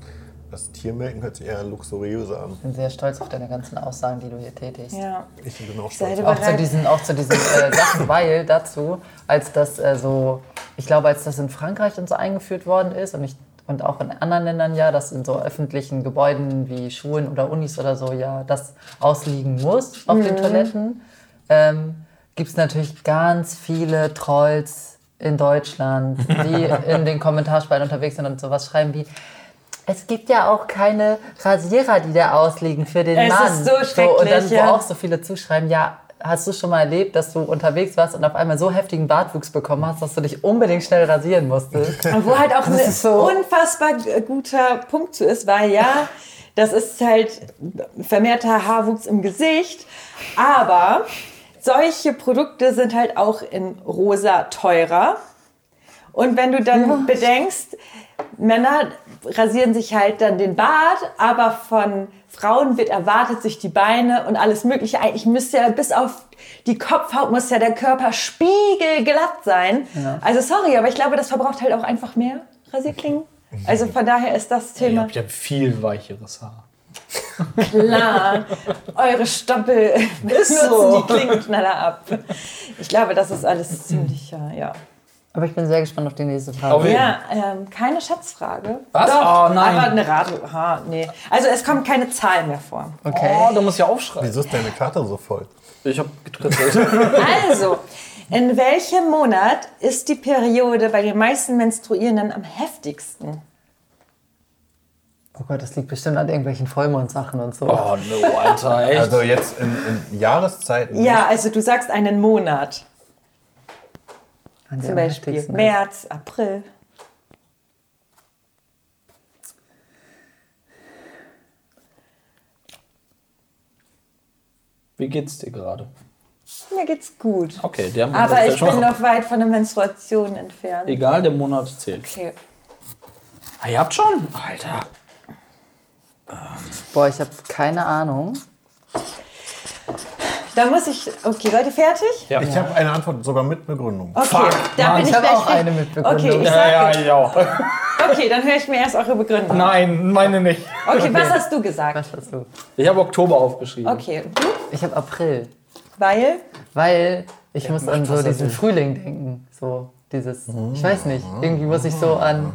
Speaker 3: Das Tiermelken hört sich eher luxuriöser an.
Speaker 5: Ich bin sehr stolz auf deine ganzen Aussagen, die du hier tätigst.
Speaker 4: ja,
Speaker 3: Ich bin auch
Speaker 4: Seid
Speaker 3: stolz.
Speaker 4: ihr
Speaker 3: auf-
Speaker 5: Auch zu
Speaker 4: bereit?
Speaker 5: diesen, auch zu diesen äh, Sachen, weil dazu, als das äh, so, ich glaube, als das in Frankreich und so eingeführt worden ist und ich und auch in anderen Ländern ja, dass in so öffentlichen Gebäuden wie Schulen oder Unis oder so ja das ausliegen muss auf den Toiletten, ähm, gibt es natürlich ganz viele Trolls in Deutschland, die in den Kommentarspalten unterwegs sind und sowas schreiben wie es gibt ja auch keine Rasierer, die da ausliegen für den
Speaker 4: Es
Speaker 5: Mann.
Speaker 4: ist so
Speaker 5: und dann,
Speaker 4: schrecklich,
Speaker 5: wo
Speaker 4: ja.
Speaker 5: auch so viele zuschreiben, ja, hast du schon mal erlebt, dass du unterwegs warst und auf einmal so heftigen Bartwuchs bekommen hast, dass du dich unbedingt schnell rasieren musstest?
Speaker 4: Und wo halt auch ein
Speaker 5: ist so-
Speaker 4: unfassbar g- guter Punkt zu ist, weil ja, das ist halt vermehrter Haarwuchs im Gesicht, aber solche Produkte sind halt auch in rosa teurer. Und wenn du dann bedenkst, Männer rasieren sich halt dann den Bart, aber von Frauen wird erwartet, sich die Beine und alles Mögliche. Eigentlich müsste ja bis auf die Kopfhaut muss ja der Körper spiegelglatt sein. Also sorry, aber ich glaube, das verbraucht halt auch einfach mehr Rasierklingen. Also von daher ist das
Speaker 7: Ihr
Speaker 4: Thema
Speaker 7: habt ja viel weicheres Haar.
Speaker 4: klar. Eure Stoppel nutzen die Klingen schneller ab. Ich glaube, das ist alles ziemlich, ja. ja.
Speaker 5: Aber ich bin sehr gespannt auf die nächste
Speaker 7: Auf
Speaker 5: Frage.
Speaker 7: jeden-
Speaker 4: Ja, ähm, keine Schätzfrage.
Speaker 7: Was?
Speaker 4: Doch,
Speaker 7: Oh, nein.
Speaker 4: Aber eine Rate. Aha, nee. Also es kommen keine Zahlen mehr vor.
Speaker 5: Okay.
Speaker 7: Oh, da muss ich ja aufschreiben.
Speaker 3: Wieso ist deine Karte so voll?
Speaker 7: Ich hab getrittelt.
Speaker 4: Also, in welchem Monat ist die Periode bei den meisten Menstruierenden am heftigsten?
Speaker 5: Oh Gott, das liegt bestimmt an irgendwelchen Vollmondsachen und so.
Speaker 7: Oh no, Alter, echt.
Speaker 3: Also jetzt in, in Jahreszeiten.
Speaker 4: Ja, also du sagst einen Monat.
Speaker 5: An die
Speaker 4: Zum
Speaker 5: am
Speaker 4: Beispiel
Speaker 5: heftigsten ist.
Speaker 4: März, April.
Speaker 7: Wie geht's dir gerade?
Speaker 4: Mir geht's gut.
Speaker 7: Okay, der Monat
Speaker 4: Aber
Speaker 7: ist
Speaker 4: ich
Speaker 7: ja
Speaker 4: bin
Speaker 7: schon
Speaker 4: noch weit von der Menstruation entfernt.
Speaker 7: Egal, der Monat zählt.
Speaker 4: Okay.
Speaker 7: Ah, ihr habt schon? Alter.
Speaker 5: Boah, ich habe keine Ahnung.
Speaker 4: Da muss ich. Okay, Leute, fertig?
Speaker 3: Ich habe eine Antwort sogar mit Begründung.
Speaker 4: Okay, da bin ich
Speaker 5: ich hab
Speaker 4: gleich
Speaker 5: auch
Speaker 4: fertig.
Speaker 5: eine mit Begründung.
Speaker 4: Okay, ich
Speaker 5: Ja,
Speaker 4: sag,
Speaker 7: ja.
Speaker 4: okay, dann höre ich mir erst eure Begründung.
Speaker 7: Nein, meine nicht.
Speaker 4: Okay, was hast du gesagt?
Speaker 5: Was hast du?
Speaker 7: Ich habe Oktober aufgeschrieben.
Speaker 4: Okay, und du?
Speaker 5: Ich habe April,
Speaker 4: Weil
Speaker 5: weil ich muss an so diesen Frühling denken. So dieses, ich weiß nicht,
Speaker 3: Mhm.
Speaker 5: irgendwie muss ich so an,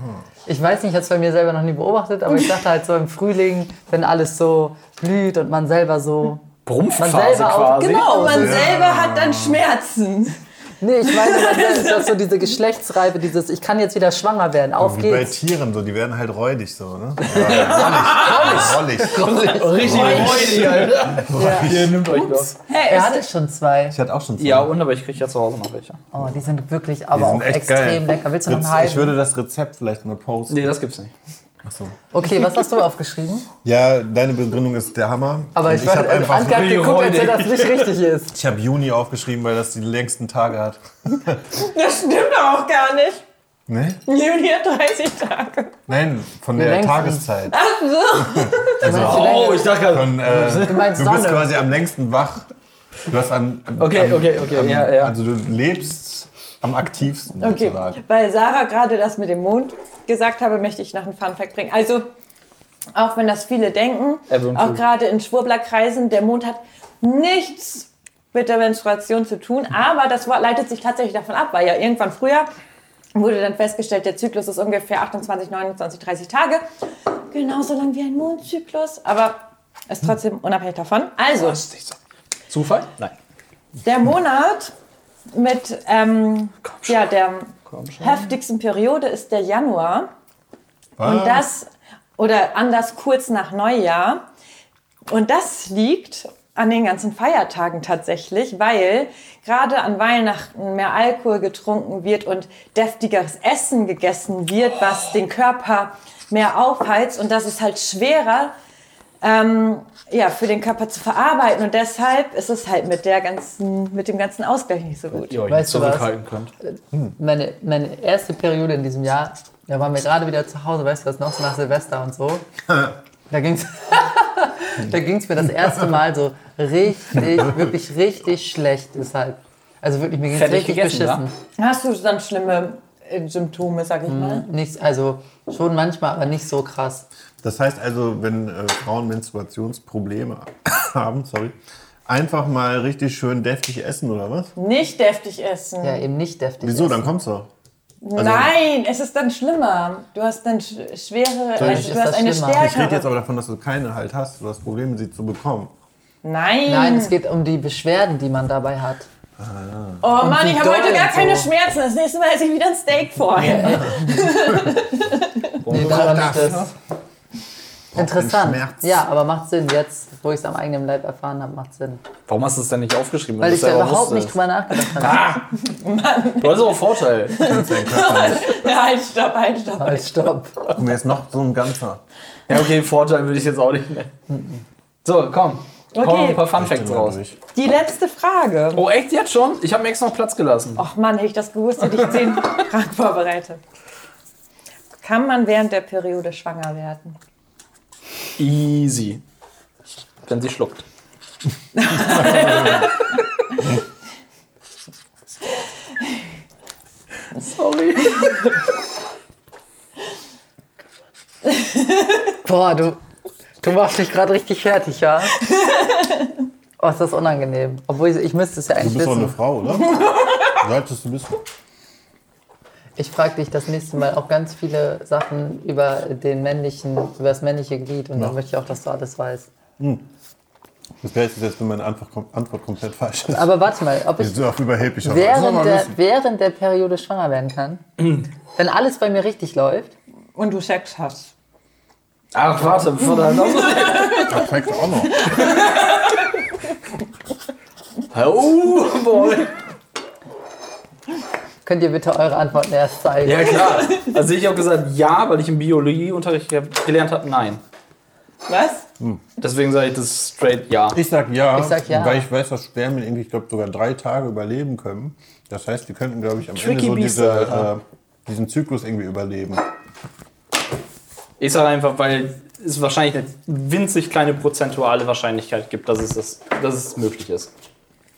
Speaker 5: ich weiß nicht, ich habe es bei mir selber noch nie beobachtet, aber ich dachte halt so im Frühling, wenn alles so blüht und man selber so, man
Speaker 7: Brumpfphase
Speaker 5: selber auch,
Speaker 7: quasi.
Speaker 5: genau,
Speaker 4: man selber hat dann Schmerzen.
Speaker 5: Nee, ich meine, man selber, dass so diese Geschlechtsreife, dieses, ich kann jetzt wieder schwanger werden, auf
Speaker 3: Wie bei
Speaker 5: geht's.
Speaker 3: Tieren, so, die werden halt räudig so, ne? Ja, rollig, rollig.
Speaker 7: Richtig freudig, Alter. Ihr nimmt euch das.
Speaker 5: Er hatte schon zwei.
Speaker 3: Ich hatte auch schon zwei.
Speaker 7: Ja, und aber ich kriege ja zu Hause noch welche.
Speaker 5: Oh, die sind wirklich, aber
Speaker 3: sind
Speaker 5: oh, auch
Speaker 3: echt
Speaker 5: extrem
Speaker 3: geil.
Speaker 5: lecker. Willst du noch einen
Speaker 3: Jetzt- Ich
Speaker 5: halben?
Speaker 3: würde das Rezept vielleicht mal posten.
Speaker 7: Nee, das gibt's nicht.
Speaker 5: Okay, was hast du aufgeschrieben?
Speaker 3: Ja, deine Begründung ist der Hammer.
Speaker 5: Aber
Speaker 3: Und
Speaker 5: ich, weiß,
Speaker 3: habe
Speaker 5: also
Speaker 3: einfach
Speaker 5: Anke hat geguckt, als wenn das nicht richtig ist.
Speaker 3: ich hab Juni aufgeschrieben, weil das die längsten Tage hat.
Speaker 4: Das stimmt auch gar nicht.
Speaker 3: Ne?
Speaker 4: Juni hat 30 Tage.
Speaker 3: Nein, von der
Speaker 5: längsten.
Speaker 3: Tageszeit. Also,
Speaker 7: Oh, ich dachte gerade.
Speaker 3: Von, äh, du,
Speaker 5: meinst
Speaker 3: bist
Speaker 5: Sonne.
Speaker 3: quasi am längsten wach. Du hast am,
Speaker 7: Okay,
Speaker 3: am,
Speaker 7: okay, okay,
Speaker 3: Am,
Speaker 7: ja, ja.
Speaker 3: Also du lebst am aktivsten
Speaker 4: Okay,
Speaker 3: sozusagen.
Speaker 4: weil Sarah gerade das mit dem Mond gesagt habe, möchte ich noch einen Funfact bringen. Also, auch wenn das viele denken,
Speaker 7: Ebbe und
Speaker 4: auch
Speaker 7: Flut.
Speaker 4: gerade in Schwurblerkreisen, der Mond hat nichts mit der Menstruation zu tun, aber das Wort leitet sich tatsächlich davon ab, weil ja irgendwann früher wurde dann festgestellt, der Zyklus ist ungefähr 28, 29, 30 Tage. Genauso lang wie ein Mondzyklus, aber ist trotzdem unabhängig davon. Also,
Speaker 7: Zufall? Nein.
Speaker 4: der Monat mit ähm, ja, der heftigsten Periode ist der Januar. Und das, oder anders kurz nach Neujahr. Und das liegt an den ganzen Feiertagen tatsächlich, weil gerade an Weihnachten mehr Alkohol getrunken wird und deftigeres Essen gegessen wird, was den Körper mehr aufheizt. Und das ist halt schwerer ähm, ja, für den Körper zu verarbeiten. Und deshalb ist es halt mit, der ganzen, mit dem ganzen Ausgleich nicht so gut.
Speaker 7: Ihr euch
Speaker 5: Weißt
Speaker 7: nicht
Speaker 5: du was?
Speaker 7: zurückhalten könnt.
Speaker 5: Meine, meine erste Periode in diesem Jahr, da waren wir gerade wieder zu Hause, weißt du was, noch so nach Silvester und so. Da ging's, da ging's mir das erste Mal so richtig, wirklich richtig schlecht. Deshalb, also wirklich, mir ging's
Speaker 7: Fertig
Speaker 5: richtig
Speaker 7: gegessen,
Speaker 5: beschissen.
Speaker 4: Hast du dann schlimme äh, Symptome, sag
Speaker 5: Mhm.
Speaker 4: ich mal?
Speaker 5: Nichts, also schon manchmal, aber nicht so krass.
Speaker 3: Das heißt also, wenn äh, Frauen Menstruationsprobleme haben, sorry, einfach mal richtig schön deftig essen oder was?
Speaker 7: Hm.
Speaker 4: Nicht deftig essen.
Speaker 5: Ja, eben nicht deftig.
Speaker 3: Wieso?
Speaker 5: ist.
Speaker 3: Dann kommt's doch. Also,
Speaker 4: Nein, es ist dann schlimmer. Du hast dann sch- schwere,
Speaker 5: ist
Speaker 4: also du
Speaker 5: das
Speaker 4: hast eine
Speaker 5: schlimmer.
Speaker 3: Ich rede jetzt
Speaker 4: stärkere.
Speaker 3: aber davon, dass du keine halt hast. Du hast Probleme, sie zu bekommen.
Speaker 4: Nein.
Speaker 5: Nein, es geht um die Beschwerden, die man dabei hat.
Speaker 4: oh Mann,
Speaker 5: wie
Speaker 4: ich habe heute
Speaker 5: doll
Speaker 4: gar
Speaker 5: und
Speaker 4: keine
Speaker 5: so.
Speaker 4: Schmerzen. Das nächste Mal esse ich wieder ein Steak vorher.
Speaker 5: Nee, daran liegt es. Interessant.
Speaker 3: ne? Schmerz.
Speaker 5: Ja, aber macht Sinn. Jetzt, wo ich es am eigenen Leib erfahren habe, macht Sinn.
Speaker 7: Warum hast du es denn nicht aufgeschrieben?
Speaker 5: Weil
Speaker 7: wenn du
Speaker 5: ich
Speaker 7: es
Speaker 5: da
Speaker 7: selber
Speaker 5: überhaupt nicht
Speaker 7: wusstest?
Speaker 5: drüber nachgedacht habe.
Speaker 7: Du hast aber Vorteil.
Speaker 4: Ja, halt, stopp, halt, stopp.
Speaker 5: Halt, stopp.
Speaker 3: Und mir ist noch so ein ganzer.
Speaker 7: Ja, okay, Vorteil würde ich jetzt auch nicht nennen. So, komm. Okay. Komm ein paar Funfacts raus.
Speaker 3: durch.
Speaker 4: Die letzte Frage.
Speaker 7: Oh, echt jetzt schon? Ich habe mir extra noch Platz gelassen.
Speaker 4: Och Mann, hätte ich das gewusst, hätte ich zehn Fragen vorbereitet. Kann man während der Periode schwanger werden?
Speaker 7: Easy. Wenn sie schluckt. Sorry.
Speaker 5: Boah, du, du machst dich gerade richtig fertig, ja? Oh, ist das unangenehm. Obwohl, ich, ich müsste es ja
Speaker 3: Du
Speaker 5: eigentlich
Speaker 3: bist doch eine
Speaker 5: wissen.
Speaker 3: Frau, oder? Solltest du bist.
Speaker 5: Ich frage dich das nächste Mal auch ganz viele Sachen über den männlichen, über das männliche Glied. Und dann möchte ich auch, dass du alles weißt.
Speaker 3: Das wäre jetzt, wenn meine Antwort, kom- Antwort komplett falsch ist.
Speaker 5: Aber warte mal, ob
Speaker 3: Wir
Speaker 5: ich
Speaker 3: sind auch überheblich. aber das soll
Speaker 5: während
Speaker 3: man
Speaker 5: der,
Speaker 3: wissen.
Speaker 5: während der Periode schwanger werden kann, wenn alles bei mir richtig läuft,
Speaker 4: Und du Sex hast.
Speaker 7: Ach, warte, verdammt.
Speaker 3: Das schmeckt auch noch.
Speaker 7: Oh, boy.
Speaker 5: Könnt ihr bitte eure Antworten erst zeigen?
Speaker 7: Ja, klar. Also ich habe gesagt ja, weil ich im Biologieunterricht ge- gelernt habe, nein.
Speaker 4: Was?
Speaker 7: Deswegen sage ich das straight ja.
Speaker 3: Ich sag ja,
Speaker 5: Ich sag ja.
Speaker 3: weil ich weiß, dass Spermien irgendwie, ich glaube, sogar drei Tage überleben können. Das heißt, die könnten, glaube ich, am Ende
Speaker 7: Tricky
Speaker 3: so
Speaker 7: Biester,
Speaker 3: diese,
Speaker 7: Alter.
Speaker 3: äh, diesen Zyklus irgendwie überleben.
Speaker 7: Ich sage einfach, weil es wahrscheinlich eine winzig kleine prozentuale Wahrscheinlichkeit gibt, dass es, das, dass es möglich ist.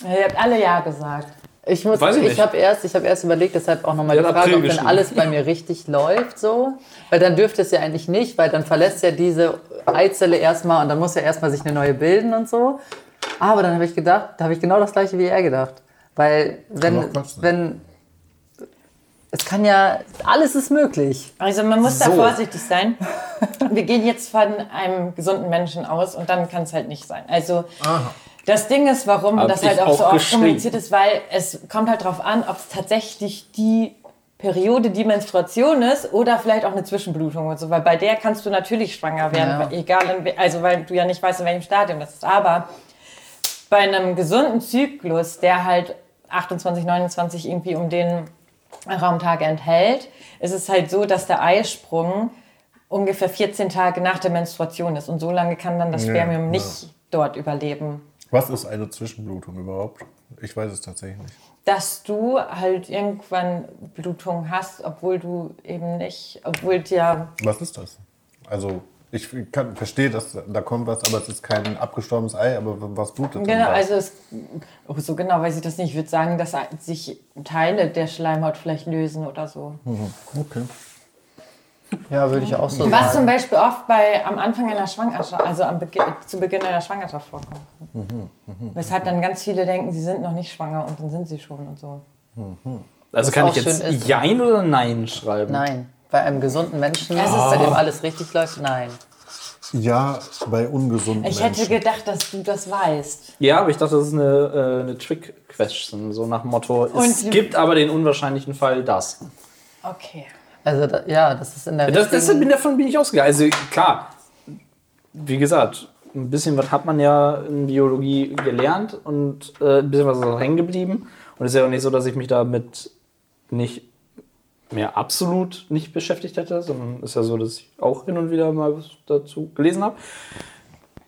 Speaker 9: Ihr habt alle Ja gesagt.
Speaker 5: Ich muss,
Speaker 7: Weiß ich
Speaker 5: ich,
Speaker 7: nicht.
Speaker 5: habe erst, ich habe erst überlegt, deshalb auch nochmal
Speaker 7: Ja,
Speaker 5: die
Speaker 7: hat
Speaker 5: Frage,
Speaker 7: April
Speaker 5: ob denn
Speaker 7: geschrieben.
Speaker 5: alles bei mir richtig läuft, so. Weil dann dürfte es ja eigentlich nicht, weil dann verlässt ja diese Eizelle erstmal und dann muss ja erstmal sich eine neue bilden und so. Aber dann habe ich gedacht, da habe ich genau das gleiche wie er gedacht. Weil, wenn,
Speaker 3: auch kotzen.
Speaker 5: wenn, es kann ja, alles ist möglich.
Speaker 4: Also man muss da vorsichtig sein. Wir gehen jetzt von einem gesunden Menschen aus und dann kann es halt nicht sein. Also das Ding ist, warum
Speaker 7: Hab
Speaker 4: das halt
Speaker 7: ich
Speaker 4: auch so
Speaker 7: auch
Speaker 4: oft
Speaker 7: geschrieben.
Speaker 4: kommuniziert ist, weil es kommt halt drauf an, ob es tatsächlich die Periode, die Menstruation ist oder vielleicht auch eine Zwischenblutung und so, weil bei der kannst du natürlich schwanger werden,
Speaker 5: Ja.
Speaker 4: weil- egal, in, we- also weil du ja nicht weißt, in welchem Stadium das ist. Aber bei einem gesunden Zyklus, der halt 28, 29 irgendwie um den Raumtag enthält, ist es halt so, dass der Eisprung ungefähr 14 Tage nach der Menstruation ist. Und so lange kann dann das
Speaker 3: Ja,
Speaker 4: Spermium
Speaker 3: ja.
Speaker 4: nicht dort überleben.
Speaker 3: Was ist eine Zwischenblutung überhaupt? Ich weiß es tatsächlich nicht.
Speaker 4: Dass du halt irgendwann Blutung hast, obwohl du eben nicht, obwohl dir.
Speaker 3: Was ist das? Also, ich kann, verstehe, dass da kommt was, aber es ist kein abgestorbenes Ei, aber was blutet denn
Speaker 4: Genau,
Speaker 3: da?
Speaker 4: also es, oh, so genau weiß ich das nicht. Ich würde sagen, dass sich Teile der Schleimhaut vielleicht lösen oder so.
Speaker 3: Okay.
Speaker 5: Ja, würde ich auch so
Speaker 4: Was zum Beispiel oft bei, am Anfang einer Schwangerschaft, also am Begi- zu Beginn einer Schwangerschaft vorkommt. Weshalb dann ganz viele denken, sie sind noch nicht schwanger und dann sind sie schon und so.
Speaker 7: Also kann
Speaker 5: auch
Speaker 7: ich jetzt
Speaker 5: schön ist.
Speaker 7: Jein oder Nein schreiben?
Speaker 5: Nein. Bei einem gesunden Menschen, bei dem alles richtig läuft, nein.
Speaker 3: Ja, bei ungesunden
Speaker 4: Ich
Speaker 3: Menschen.
Speaker 4: hätte gedacht, dass du das weißt.
Speaker 7: Ja, aber ich dachte, das ist eine, äh, eine Trick-Question. So nach dem Motto, es
Speaker 4: Und-
Speaker 7: gibt aber den unwahrscheinlichen Fall das.
Speaker 4: Okay.
Speaker 5: Also, da, ja, das ist in der
Speaker 7: Das, das,
Speaker 5: richtigen-
Speaker 7: davon bin ich ausgegangen. Also klar, wie gesagt, ein bisschen was hat man ja in Biologie gelernt und äh, ein bisschen was ist auch hängen geblieben. Und es ist ja auch nicht so, dass ich mich damit nicht mehr absolut nicht beschäftigt hätte, sondern es ist ja so, dass ich auch hin und wieder mal was dazu gelesen habe.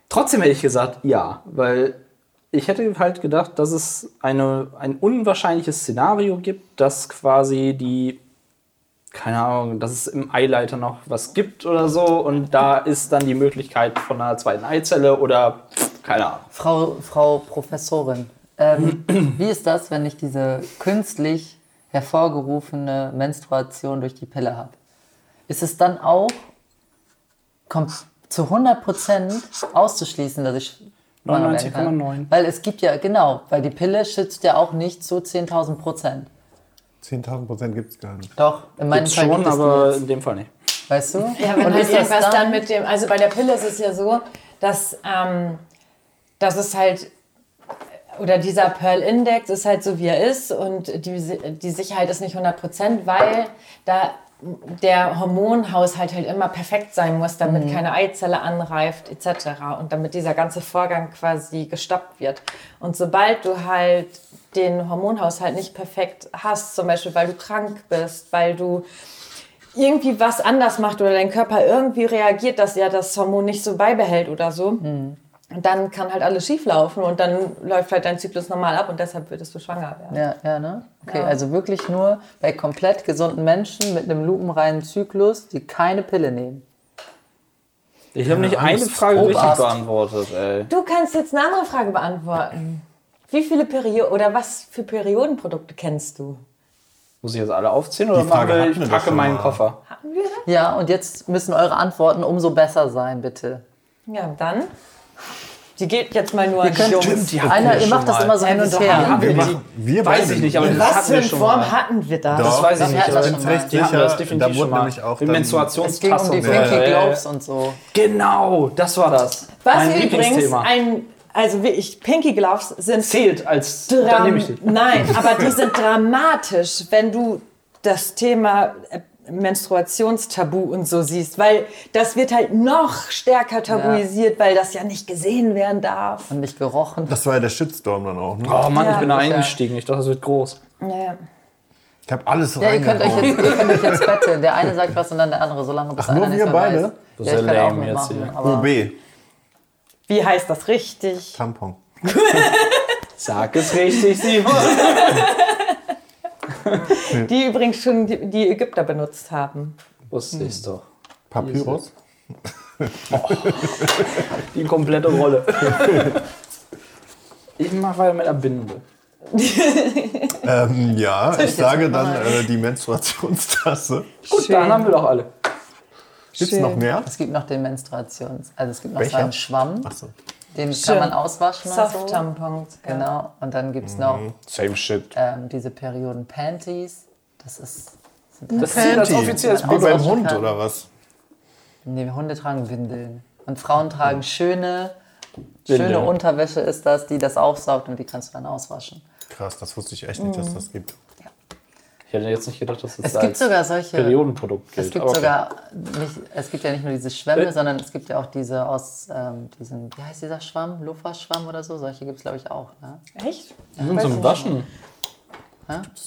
Speaker 7: Trotzdem hätte ich gesagt, ja, weil ich hätte halt gedacht, dass es eine, ein unwahrscheinliches Szenario gibt, dass quasi die keine Ahnung, dass es im Eileiter noch was gibt oder so und da ist dann die Möglichkeit von einer zweiten Eizelle oder keine Ahnung.
Speaker 5: Frau, Frau Professorin, ähm, wie ist das, wenn ich diese künstlich hervorgerufene Menstruation durch die Pille habe? Ist es dann auch kommt zu 100% auszuschließen, dass ich schwanger werden kann?
Speaker 7: 99,9.
Speaker 5: Weil es gibt ja, genau, weil die Pille schützt ja auch nicht zu 10.000%.
Speaker 3: 10.000 Prozent gibt es gar nicht.
Speaker 5: Doch, in meinem
Speaker 7: Gibt's
Speaker 5: Fall
Speaker 7: schon,
Speaker 5: gibt es die
Speaker 7: aber
Speaker 5: jetzt,
Speaker 7: in dem Fall nicht.
Speaker 5: weißt du?
Speaker 4: Ja, wenn
Speaker 5: Und
Speaker 4: halt
Speaker 5: ist das
Speaker 4: irgendwas dann,
Speaker 5: dann
Speaker 4: mit dem, also bei der Pille ist es ja so, dass, ähm, dass es halt, oder dieser Pearl-Index ist halt so, wie er ist und die, die Sicherheit ist nicht 100%, weil da der Hormonhaushalt halt immer perfekt sein muss, damit
Speaker 5: Mhm.
Speaker 4: keine Eizelle anreift etc. und damit dieser ganze Vorgang quasi gestoppt wird. Und sobald du halt den Hormonhaushalt nicht perfekt hast, zum Beispiel weil du krank bist, weil du irgendwie was anders macht oder dein Körper irgendwie reagiert, dass er das Hormon nicht so beibehält oder so, und dann kann halt alles schief laufen und dann läuft halt dein Zyklus normal ab und deshalb würdest du schwanger werden.
Speaker 5: Ja, ja, ne? Okay, also wirklich nur bei komplett gesunden Menschen mit einem lupenreinen Zyklus, die keine Pille nehmen.
Speaker 7: Ich habe nicht eine Frage richtig
Speaker 5: Oberst.
Speaker 7: beantwortet, ey.
Speaker 4: Du kannst jetzt eine andere Frage beantworten. Wie viele Perioden oder was für Periodenprodukte kennst du?
Speaker 7: Muss ich jetzt alle aufzählen oder
Speaker 3: Die Frage
Speaker 7: machen wir,
Speaker 3: hatten wir
Speaker 7: ich
Speaker 3: doch
Speaker 7: packe
Speaker 3: schon
Speaker 7: meinen
Speaker 3: mal.
Speaker 7: Koffer?
Speaker 5: Ja, und jetzt müssen eure Antworten umso besser sein, bitte.
Speaker 4: Ja, dann. Die geht jetzt mal nur an die
Speaker 5: könnt-
Speaker 4: Jungs.
Speaker 5: Stimmt, Einer, ihr macht das immer so hin und her.
Speaker 3: Wir
Speaker 7: Wir
Speaker 3: machen, wir
Speaker 7: Weiß
Speaker 3: beide
Speaker 7: ich nicht, aber das
Speaker 4: Was
Speaker 7: hatten
Speaker 4: für
Speaker 7: wir
Speaker 4: eine
Speaker 7: schon
Speaker 4: Form
Speaker 7: mal.
Speaker 4: hatten wir da?
Speaker 7: Das weiß ich
Speaker 5: Das
Speaker 7: nicht,
Speaker 5: hatten
Speaker 7: aber
Speaker 5: wir
Speaker 7: die
Speaker 5: schon mal.
Speaker 3: Sicher,
Speaker 7: hatten das
Speaker 3: da
Speaker 7: definitiv schon
Speaker 3: wurden
Speaker 7: mal.
Speaker 3: nämlich auch
Speaker 7: Im
Speaker 3: dann-
Speaker 5: Es ging um
Speaker 7: Menstruationstasse.
Speaker 5: die
Speaker 7: und so. Ja,
Speaker 5: Pinky
Speaker 7: ja, ja.
Speaker 5: Globes und so.
Speaker 7: Genau, das war das.
Speaker 4: Was
Speaker 7: mein
Speaker 4: übrigens
Speaker 7: Lieblingsthema.
Speaker 4: ein, also wirklich, Pinky Gloves sind
Speaker 7: Zählt als, dann
Speaker 4: Dram
Speaker 7: nehme ich den.
Speaker 4: Nein, aber die sind dramatisch, wenn du das Thema äh, Menstruationstabu und so siehst, weil das wird halt noch stärker tabuisiert, weil das ja nicht gesehen werden darf.
Speaker 5: Und nicht gerochen.
Speaker 3: Das war ja der Shitstorm dann auch. Ne?
Speaker 7: Oh Mann, ich bin da
Speaker 5: sicher.
Speaker 7: eingestiegen. Ich dachte, das wird groß.
Speaker 4: Naja.
Speaker 3: Ich habe alles
Speaker 5: Ja, ihr könnt, euch
Speaker 3: reingehauen.
Speaker 5: jetzt, ihr könnt euch jetzt betteln. Der eine sagt was und dann der andere, solange bis
Speaker 3: Ach, nur
Speaker 5: einer
Speaker 3: wir
Speaker 5: nicht mehr
Speaker 3: beide?
Speaker 5: weiß.
Speaker 7: Das
Speaker 5: ja,
Speaker 7: ist
Speaker 5: ich
Speaker 7: ja
Speaker 5: kann auch
Speaker 7: lame jetzt
Speaker 5: mitmachen,
Speaker 7: hier.
Speaker 5: aber
Speaker 3: OB,
Speaker 4: Wie heißt das richtig?
Speaker 3: Tampon.
Speaker 7: Sag es richtig, Simon.
Speaker 4: Die übrigens schon die, die Ägypter benutzt haben.
Speaker 7: Wusste ich's doch.
Speaker 3: Papyrus.
Speaker 7: Die komplette Rolle. ich mach weiter mit der Binde.
Speaker 3: Ähm, ja, ich
Speaker 5: ich
Speaker 3: sage
Speaker 5: jetzt
Speaker 3: dann äh, die Menstruationstasse.
Speaker 7: Gut, dann haben wir doch alle.
Speaker 3: Gibt's noch mehr?
Speaker 5: es gibt noch den Menstruations... Also es gibt noch so
Speaker 3: Welcher?
Speaker 5: einen Schwamm,
Speaker 3: Achso.
Speaker 5: den kann man auswaschen und so.
Speaker 4: Soft-Tampons.
Speaker 5: Genau. Und dann gibt es
Speaker 7: Mhm.
Speaker 5: noch
Speaker 3: Same shit.
Speaker 5: ähm, diese Perioden-Panties. Das ist...
Speaker 7: Das ist das offizielle
Speaker 3: Wie
Speaker 5: Bild
Speaker 3: beim
Speaker 5: aus-
Speaker 3: Hund
Speaker 5: kann.
Speaker 3: oder was?
Speaker 5: Nee, Hunde tragen Windeln. Und Frauen tragen schöne,
Speaker 7: Windeln.
Speaker 5: schöne Unterwäsche ist das, die das aufsaugt und die kannst du dann auswaschen.
Speaker 3: Krass, das wusste ich echt nicht,
Speaker 7: Mhm.
Speaker 3: dass das gibt.
Speaker 7: Ich hätte jetzt nicht gedacht, dass das
Speaker 5: Es
Speaker 7: als
Speaker 5: gibt sogar solche...
Speaker 7: Periodenprodukt gilt.
Speaker 5: Es gibt
Speaker 7: aber okay. Äh.
Speaker 5: sogar nicht, es gibt ja nicht nur diese Schwämme, sondern es gibt ja auch diese aus ähm, diesem, wie heißt dieser Schwamm? Lufa-Schwamm oder so? Solche gibt es, glaube ich, auch. Ne?
Speaker 4: genau. Echt?
Speaker 7: Die sind zum Waschen.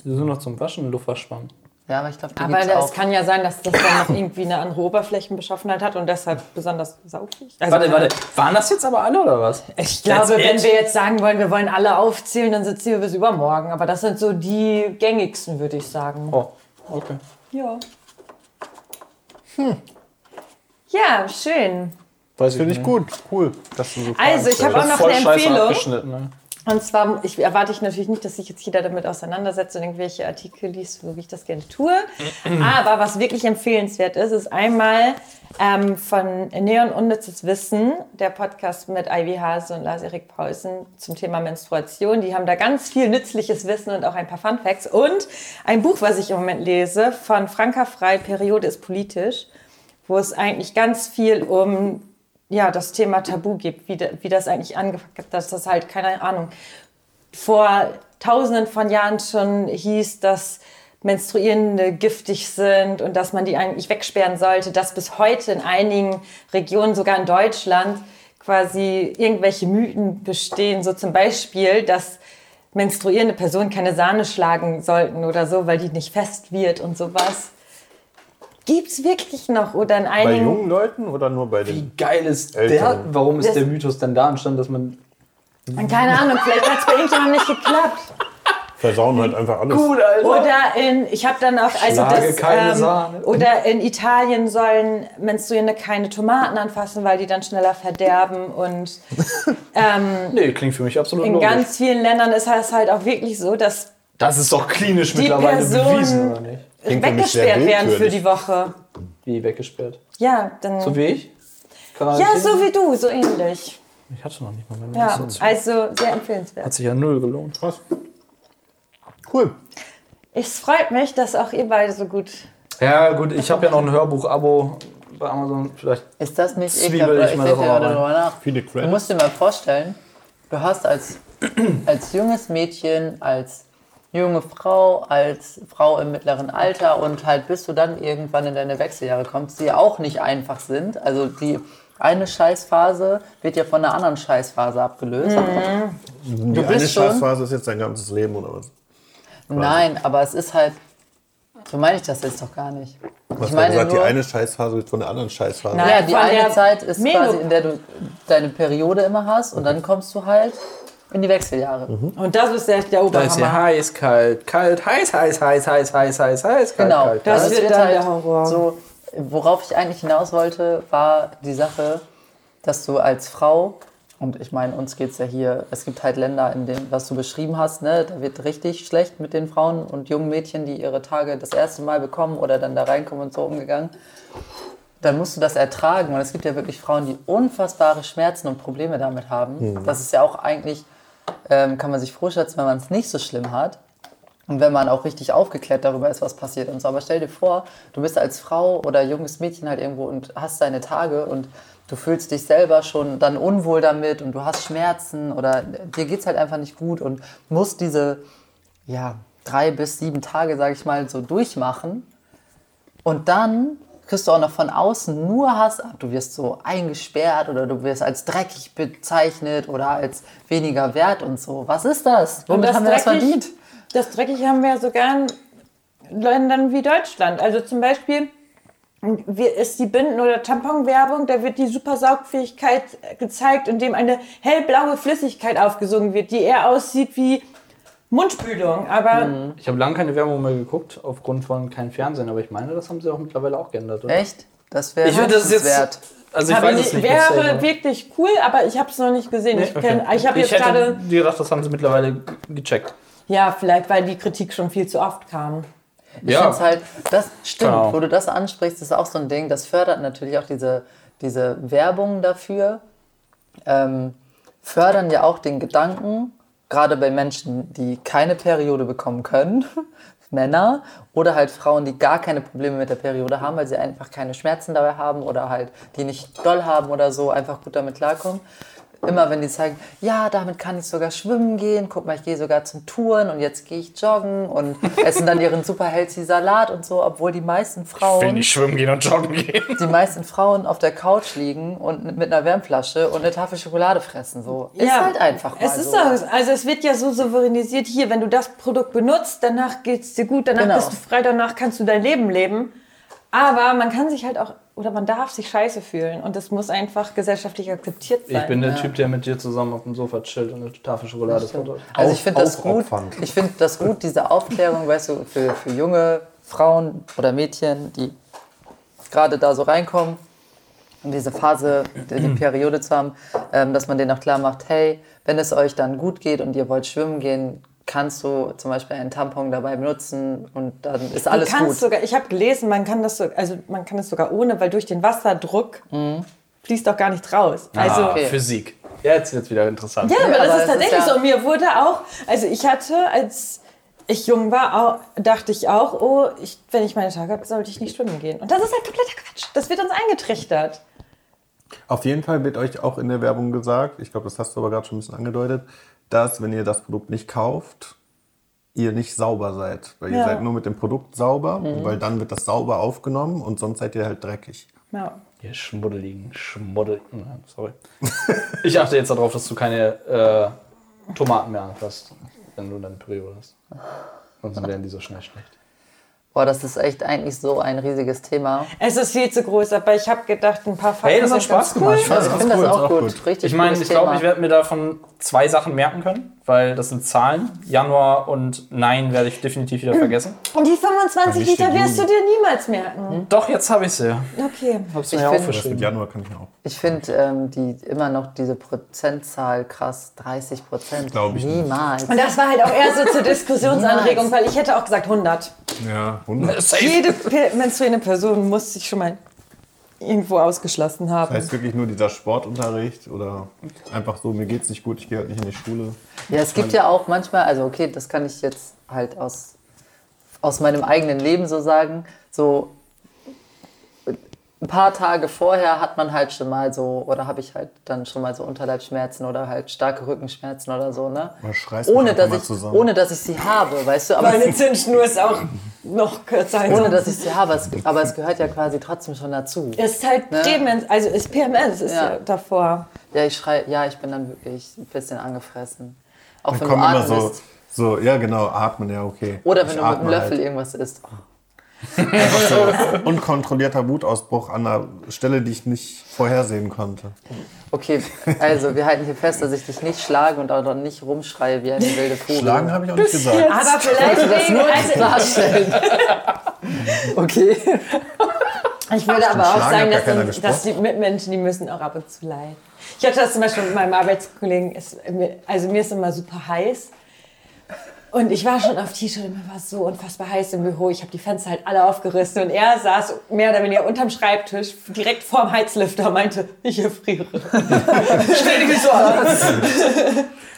Speaker 7: Die sind noch zum Waschen, Luftwaschwamm.
Speaker 5: Ja, aber ich glaube, die
Speaker 4: Aber
Speaker 5: gibt es auch.
Speaker 4: es kann ja sein, dass das dann noch irgendwie eine andere Oberflächenbeschaffenheit hat und deshalb besonders saugfähig. Also,
Speaker 6: Äh,
Speaker 7: Warte, warte. Waren das jetzt aber alle oder was?
Speaker 4: Ich glaube,
Speaker 7: That's it?
Speaker 4: wenn wir jetzt sagen wollen, wir wollen alle aufzählen, dann sitzen wir bis übermorgen. Aber das sind so die gängigsten, würde ich sagen.
Speaker 7: Oh, okay.
Speaker 4: Ja. Hm. Ja, schön.
Speaker 7: Weiß
Speaker 3: Finde ich gut, cool. Dass du so
Speaker 4: Also, ich habe auch noch eine Empfehlung.
Speaker 7: abgeschnitten. Ne?
Speaker 4: Und zwar ich erwarte ich natürlich nicht, dass sich jetzt jeder damit auseinandersetzt und irgendwelche Artikel liest, so wie ich das gerne tue. Aber was wirklich empfehlenswert ist, ist einmal ähm, von Neon Unnützes Wissen, der Podcast mit Ivy Hase und Lars-Erik Paulsen zum Thema Menstruation. Die haben da ganz viel nützliches Wissen und auch ein paar Fun Facts. Und ein Buch, was ich im Moment lese, von Franka Frei, Periode ist politisch, wo es eigentlich ganz viel um ja, das Thema Tabu gibt, wie, da- wie das eigentlich angefangen hat, dass das halt, keine Ahnung, vor tausenden von Jahren schon hieß, dass Menstruierende giftig sind und dass man die eigentlich wegsperren sollte, dass bis heute in einigen Regionen, sogar in Deutschland, quasi irgendwelche Mythen bestehen, so zum Beispiel, dass menstruierende Personen keine Sahne schlagen sollten oder so, weil die nicht fest wird und sowas. Gibt's wirklich noch oder in
Speaker 3: bei
Speaker 4: einigen
Speaker 3: jungen Leuten oder nur bei den?
Speaker 7: Wie geil ist
Speaker 3: Älteren.
Speaker 7: der? Warum ist
Speaker 4: Das-
Speaker 7: der Mythos denn da entstanden, dass man
Speaker 4: Und Keine Ahnung, vielleicht hat es bei irgendjemandem nicht geklappt.
Speaker 3: Versauen halt einfach alles.
Speaker 4: äh, Oder in, ich habe dann auch, also
Speaker 7: Also Schlage
Speaker 4: das,
Speaker 7: keine Sahne.
Speaker 4: oder in Italien sollen Menstruierende keine Tomaten anfassen, weil die dann schneller verderben. Und ähm,
Speaker 7: Nee, klingt für mich absolut
Speaker 4: in
Speaker 7: logisch.
Speaker 4: ganz vielen Ländern ist das halt auch wirklich so, dass
Speaker 7: das ist doch klinisch
Speaker 4: Die
Speaker 7: mittlerweile
Speaker 4: Person-
Speaker 7: bewiesen, oder nicht?
Speaker 3: Klingt für mich sehr
Speaker 4: weggesperrt werden für
Speaker 3: willkürlich.
Speaker 4: die Woche.
Speaker 7: Wie weggesperrt.
Speaker 4: Ja, dann.
Speaker 7: So wie ich?
Speaker 4: ja,
Speaker 7: Quarantäne?
Speaker 4: so wie du, so ähnlich.
Speaker 7: Ich hatte noch nicht mal meine
Speaker 4: Ja,
Speaker 7: Menstruation.
Speaker 4: also sehr empfehlenswert.
Speaker 7: Hat sich ja null gelohnt.
Speaker 3: Krass. Cool.
Speaker 4: Es freut mich, dass auch ihr beide so gut.
Speaker 7: Ja, gut, ich habe ja noch ein Hörbuch-Abo bei Amazon. Vielleicht.
Speaker 5: ist das nicht
Speaker 7: Zwiebel
Speaker 5: ekelhaft?
Speaker 7: ich
Speaker 5: Ich
Speaker 7: mal
Speaker 5: denke
Speaker 7: drauf
Speaker 5: gerade
Speaker 7: rein.
Speaker 5: drüber nach.
Speaker 3: Viele
Speaker 5: Du
Speaker 3: Credits.
Speaker 5: musst dir mal vorstellen, du hast als, als junges Mädchen, als junge Frau, als Frau im mittleren Alter und halt bis du dann irgendwann in deine Wechseljahre kommst, die ja auch nicht einfach sind. Also die eine Scheißphase wird ja von einer anderen Scheißphase abgelöst.
Speaker 3: Mhm. Die eine
Speaker 5: bist schon-
Speaker 3: Scheißphase ist jetzt dein ganzes Leben oder was?
Speaker 5: Nein, aber es ist halt. So meine ich das jetzt doch gar nicht.
Speaker 3: Was
Speaker 5: meine
Speaker 3: gesagt, die
Speaker 5: nur-
Speaker 3: eine Scheißphase wird von der anderen Scheißphase.
Speaker 5: ja, die
Speaker 4: von
Speaker 5: eine
Speaker 4: der
Speaker 5: Zeit ist
Speaker 4: Menop-
Speaker 5: quasi, in der du deine Periode immer hast und dann kommst du halt in die Wechseljahre.
Speaker 4: Und das ist der, der
Speaker 7: Da ist ja
Speaker 4: Oberhammer.
Speaker 7: heiß, kalt, kalt, heiß, heiß, heiß, heiß, heiß, heiß, heiß, kalt,
Speaker 5: Genau,
Speaker 7: kalt.
Speaker 4: Das
Speaker 5: Also es
Speaker 4: wird dann der Horror.
Speaker 5: So, worauf ich eigentlich hinaus wollte, war die Sache, dass du als Frau, und ich meine, uns geht es ja hier, es gibt halt Länder, in denen, was du beschrieben hast, ne, da wird richtig schlecht mit den Frauen und jungen Mädchen, die ihre Tage das erste Mal bekommen oder dann da reinkommen und so umgegangen. Dann musst du das ertragen. Und es gibt ja wirklich Frauen, die unfassbare Schmerzen und Probleme damit haben. Das ist ja auch eigentlich, ähm, kann man sich vorschätzen, wenn man es nicht so schlimm hat. Und wenn man auch richtig aufgeklärt darüber ist, was passiert und so. Aber stell dir vor, du bist als Frau oder junges Mädchen halt irgendwo und hast deine Tage und du fühlst dich selber schon dann unwohl damit und du hast Schmerzen oder dir geht's halt einfach nicht gut und musst diese, ja, drei bis sieben Tage, sag ich mal, so durchmachen. Und dann kriegst du auch noch von außen nur Hass ab. Du wirst so eingesperrt oder du wirst als dreckig bezeichnet oder als weniger wert und so. Was ist das? Womit
Speaker 4: das
Speaker 5: haben wir das
Speaker 4: dreckig-
Speaker 5: verdient?
Speaker 4: Das Dreckig haben wir ja sogar in Ländern wie Deutschland. Also zum Beispiel wir- ist die Binden- oder Tamponwerbung, da wird die Supersaugfähigkeit gezeigt, indem eine hellblaue Flüssigkeit aufgesogen wird, die eher aussieht wie Mundspülung. Aber
Speaker 7: Ich habe lange keine Werbung mehr geguckt, aufgrund von keinem Fernsehen, aber ich meine, das haben sie auch mittlerweile auch geändert, oder?
Speaker 5: Echt? Das wäre
Speaker 7: Ich würde das jetzt-
Speaker 5: wert.
Speaker 7: Also ich
Speaker 4: aber
Speaker 7: weiß es
Speaker 4: die
Speaker 7: nicht.
Speaker 4: wäre
Speaker 7: jetzt,
Speaker 4: wirklich cool, aber ich habe es noch nicht gesehen. ich
Speaker 7: okay.
Speaker 4: kenn- ich habe
Speaker 7: Ich
Speaker 4: jetzt
Speaker 7: hätte
Speaker 4: gerade,
Speaker 7: gedacht, das haben sie mittlerweile ge- gecheckt.
Speaker 4: ja, vielleicht weil die Kritik schon viel zu oft kam.
Speaker 5: Ich find's halt, das stimmt,
Speaker 7: Genau.
Speaker 5: wo du das ansprichst, ist auch so ein Ding, das fördert natürlich auch diese, diese Werbung dafür, ähm, fördern ja auch den Gedanken, gerade bei Menschen, die keine Periode bekommen können, Männer oder halt Frauen, die gar keine Probleme mit der Periode haben, weil sie einfach keine Schmerzen dabei haben oder halt die nicht doll haben oder so, einfach gut damit klarkommen. Immer wenn die zeigen, ja, damit kann ich sogar schwimmen gehen, guck mal, ich gehe sogar zum Touren und jetzt gehe ich joggen und essen dann ihren super healthy Salat und so, obwohl die meisten Frauen
Speaker 6: schwimmen gehen und joggen gehen.
Speaker 5: die meisten Frauen auf der Couch liegen und mit einer Wärmflasche und eine Tafel Schokolade fressen. So. Ist halt einfach mal
Speaker 4: Es ist
Speaker 5: so.
Speaker 4: so. Also es wird ja so souveränisiert hier, wenn du das Produkt benutzt, danach geht es dir gut, danach
Speaker 5: Genau.
Speaker 4: bist du frei, danach kannst du dein Leben leben. Aber man kann sich halt auch, oder man darf sich scheiße fühlen und das muss einfach gesellschaftlich akzeptiert sein.
Speaker 7: Ich bin der Typ, der mit dir zusammen auf dem Sofa chillt und eine Tafel Schokolade futtert.
Speaker 5: Also ich finde das gut.
Speaker 3: aufopfernd.
Speaker 5: Ich finde das gut, diese Aufklärung, weißt du, für, für junge Frauen oder Mädchen, die gerade da so reinkommen, in diese Phase, die, die Periode zu haben, ähm, dass man denen auch klar macht, hey, wenn es euch dann gut geht und ihr wollt schwimmen gehen, kannst du zum Beispiel einen Tampon dabei benutzen und dann ist alles
Speaker 4: man
Speaker 5: gut.
Speaker 4: kann's sogar, ich habe gelesen, man kann das so, also man kann das sogar ohne, weil durch den Wasserdruck fließt doch gar nicht raus. Also
Speaker 7: ah,
Speaker 5: Mhm. okay.
Speaker 7: Physik. Ja, jetzt wird's wieder interessant.
Speaker 4: Ja, Ne, aber
Speaker 5: Ja,
Speaker 4: das ist
Speaker 5: aber das ist
Speaker 4: tatsächlich
Speaker 5: ja-
Speaker 4: so. Mir wurde auch, also ich hatte, als ich jung war, auch, dachte ich auch, oh, ich, wenn ich meine Tage habe, sollte ich nicht schwimmen gehen. Und das ist halt kompletter Quatsch. Das wird uns eingetrichtert.
Speaker 3: Auf jeden Fall wird euch auch in der Werbung gesagt, ich glaube, das hast du aber gerade schon ein bisschen angedeutet, dass wenn ihr das Produkt nicht kauft, ihr nicht sauber seid. Weil ihr
Speaker 4: Ja.
Speaker 3: seid nur mit dem Produkt sauber, weil dann wird das sauber aufgenommen und sonst seid ihr halt dreckig.
Speaker 4: Ja.
Speaker 7: Ihr schmuddeligen Schmuddel. Nein, Sorry. Ich achte jetzt darauf, dass du keine äh, Tomaten mehr anfasst, wenn du deine Periode hast. Sonst werden die so schnell schlecht.
Speaker 5: Boah, das ist echt eigentlich so ein riesiges Thema.
Speaker 4: Es ist viel zu groß, aber ich habe gedacht, ein paar Fakten
Speaker 7: Hey, das hat
Speaker 4: sind ganz
Speaker 7: Spaß gemacht.
Speaker 5: Also ich finde das auch gut. Richtig
Speaker 7: Ich meine,
Speaker 5: gutes
Speaker 7: ich glaube,
Speaker 5: Thema.
Speaker 7: ich werde mir davon zwei Sachen merken können, weil das sind Zahlen. Januar und Nein werde ich definitiv wieder vergessen.
Speaker 4: Und die 25
Speaker 3: Nicht
Speaker 4: Liter
Speaker 3: den
Speaker 4: wirst du dir niemals merken.
Speaker 7: Hm? Doch, jetzt habe ich sie.
Speaker 4: Okay.
Speaker 7: Hab's mir
Speaker 3: Das
Speaker 5: Ich find-
Speaker 7: ja
Speaker 3: mit
Speaker 7: aufgeschrieben.
Speaker 3: Januar kann ich auch.
Speaker 5: Ich finde ähm, die immer noch diese Prozentzahl krass, 30 Prozent.
Speaker 3: Glaub ich nicht.
Speaker 5: Niemals.
Speaker 4: Und das war halt auch eher so zur Diskussionsanregung, weil ich hätte auch gesagt 100.
Speaker 3: Ja, wunderbar. Das
Speaker 4: Jede pe- menstruierende Person muss sich schon mal irgendwo ausgeschlossen haben.
Speaker 3: heißt wirklich nur dieser Sportunterricht oder einfach so, mir geht's nicht gut, ich gehe halt nicht in die Schule.
Speaker 5: Ja, es gibt ja auch manchmal, also okay, das kann ich jetzt halt aus, aus meinem eigenen Leben so sagen, so ein paar Tage vorher hat man halt schon mal so, oder habe ich halt dann schon mal so Unterleibsschmerzen oder halt starke Rückenschmerzen oder so, ne?
Speaker 3: Oder schreist mich
Speaker 5: Ohne
Speaker 3: einfach
Speaker 5: dass,
Speaker 3: mal
Speaker 5: ich,
Speaker 3: zusammen.
Speaker 5: ohne dass ich sie habe, weißt du? Aber es-
Speaker 4: Meine Zündschnur ist auch noch kürzer als
Speaker 5: ohne dass ich sie habe, es, aber es gehört ja quasi trotzdem schon dazu.
Speaker 4: Es ist halt Prämens, also ist PMS ist
Speaker 5: Ja.
Speaker 4: ja. davor.
Speaker 5: Ja, ich schrei, ja, ich bin dann wirklich ein bisschen angefressen. Auch
Speaker 3: Dann
Speaker 5: wenn du
Speaker 3: kommen immer so,
Speaker 5: atmest.
Speaker 3: so, ja genau, atmen, ja okay.
Speaker 5: Oder wenn
Speaker 3: Ich
Speaker 5: du mit einem
Speaker 3: atme
Speaker 5: Löffel
Speaker 3: halt.
Speaker 5: irgendwas isst.
Speaker 3: so unkontrollierter Wutausbruch an einer Stelle, die ich nicht vorhersehen konnte.
Speaker 5: Okay, also wir halten hier fest, dass ich dich nicht schlage und auch noch nicht rumschreie wie eine wilde Kugel.
Speaker 3: Schlagen habe ich auch nicht gesagt.
Speaker 4: Aber vielleicht wegen, also
Speaker 5: Klarstellen. okay.
Speaker 4: ich würde aber
Speaker 3: Schlagen
Speaker 4: auch sagen,
Speaker 3: hat gar
Speaker 4: dass,
Speaker 3: keiner
Speaker 4: dass die Mitmenschen, die müssen auch ab und zu leiden. Ich hatte das zum Beispiel mit meinem Arbeitskollegen, ist, mir- also mir ist immer super heiß. Und ich war schon auf T-Shirt und mir war es so unfassbar heiß im Büro. Ich habe die Fenster halt alle aufgerissen und er saß mehr oder weniger unterm Schreibtisch, direkt vorm Heizlüfter und meinte, ich erfriere. Stell dich so an.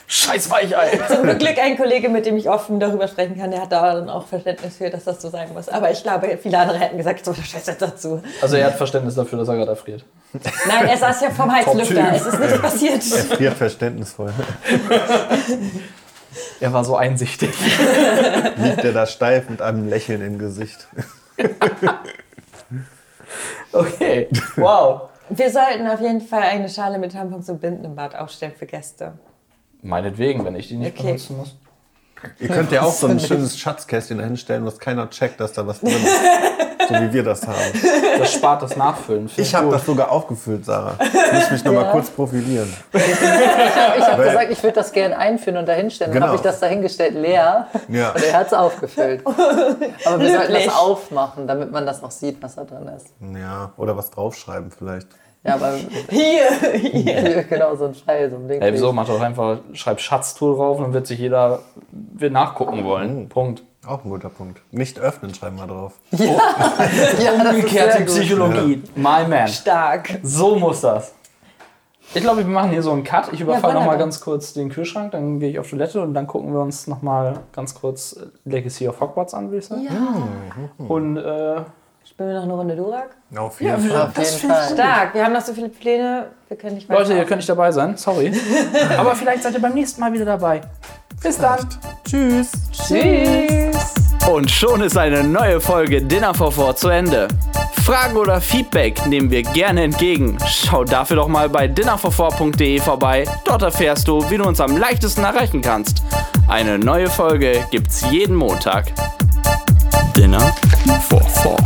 Speaker 7: Scheiß Weichei.
Speaker 4: Zum Glück ein Kollege, mit dem ich offen darüber sprechen kann, der hat da dann auch Verständnis für, dass das so sein muss. Aber ich glaube, viele andere hätten gesagt, so das jetzt dazu.
Speaker 7: Also er hat Verständnis dafür, dass er gerade erfriert.
Speaker 4: Nein, er saß ja vom Heizlüfter. Es ist nichts passiert.
Speaker 3: Friert verständnisvoll.
Speaker 7: Er war so einsichtig.
Speaker 3: Liegt er da steif mit einem Lächeln im Gesicht.
Speaker 6: Okay, wow.
Speaker 4: Wir sollten auf jeden Fall eine Schale mit Tampons und Binden im Bad aufstellen für Gäste.
Speaker 6: Meinetwegen, wenn ich die nicht
Speaker 4: Okay.
Speaker 6: benutzen muss.
Speaker 3: Ihr könnt ja auch so ein schönes Schatzkästchen dahinstellen, dass keiner checkt, dass da was drin ist. so wie wir das haben.
Speaker 6: Das spart das Nachfüllen. Find
Speaker 3: Ich habe
Speaker 6: gut.
Speaker 3: das sogar aufgefüllt, Sarah. Ich muss mich nochmal mal kurz profilieren.
Speaker 5: Ich habe
Speaker 3: Weil-
Speaker 5: gesagt, ich würde das gerne einführen und dahinstellen. Dann
Speaker 3: Genau.
Speaker 5: habe ich das dahingestellt leer
Speaker 3: Ja.
Speaker 5: und er hat es aufgefüllt. Aber wir sollten
Speaker 4: Löblich.
Speaker 5: das aufmachen, damit man das auch sieht, was da drin ist.
Speaker 3: Ja, oder was draufschreiben vielleicht.
Speaker 5: Ja, aber
Speaker 4: Hier,
Speaker 5: hier, genau so ein Pfeil, so ein Ding.
Speaker 6: Ey, wieso? Mach doch einfach, schreib Schatztool drauf, dann wird sich jeder wird nachgucken wollen. Punkt.
Speaker 3: Auch ein guter Punkt. Nicht öffnen, schreiben wir drauf.
Speaker 5: Ja, das ist sehr
Speaker 6: Umgekehrte
Speaker 5: gut.
Speaker 6: Psychologie. My man.
Speaker 4: stark.
Speaker 6: So muss das. Ich glaube, wir machen hier so einen Cut. Ich überfahre noch nochmal
Speaker 4: wunderbar.
Speaker 6: ganz kurz den Kühlschrank, dann gehe ich auf Toilette und dann gucken wir uns nochmal ganz kurz Legacy of Hogwarts an, würde ich sagen. Und äh,
Speaker 4: Spielen wir noch eine Runde Durak?
Speaker 3: Auf jeden Fall.
Speaker 5: Auf jeden Fall.
Speaker 4: Stark, wir haben noch so viele Pläne, wir können nicht weiter.
Speaker 6: Leute, ihr könnt nicht dabei sein, sorry. Aber vielleicht seid ihr beim nächsten Mal wieder dabei. Bis dann.
Speaker 2: Und schon ist eine neue Folge Dinner for Four zu Ende. Fragen oder Feedback nehmen wir gerne entgegen. Schau dafür doch mal bei dinnerforfour.de vorbei. Dort erfährst du, wie du uns am leichtesten erreichen kannst. Eine neue Folge gibt's jeden Montag.
Speaker 10: Dinner for Four.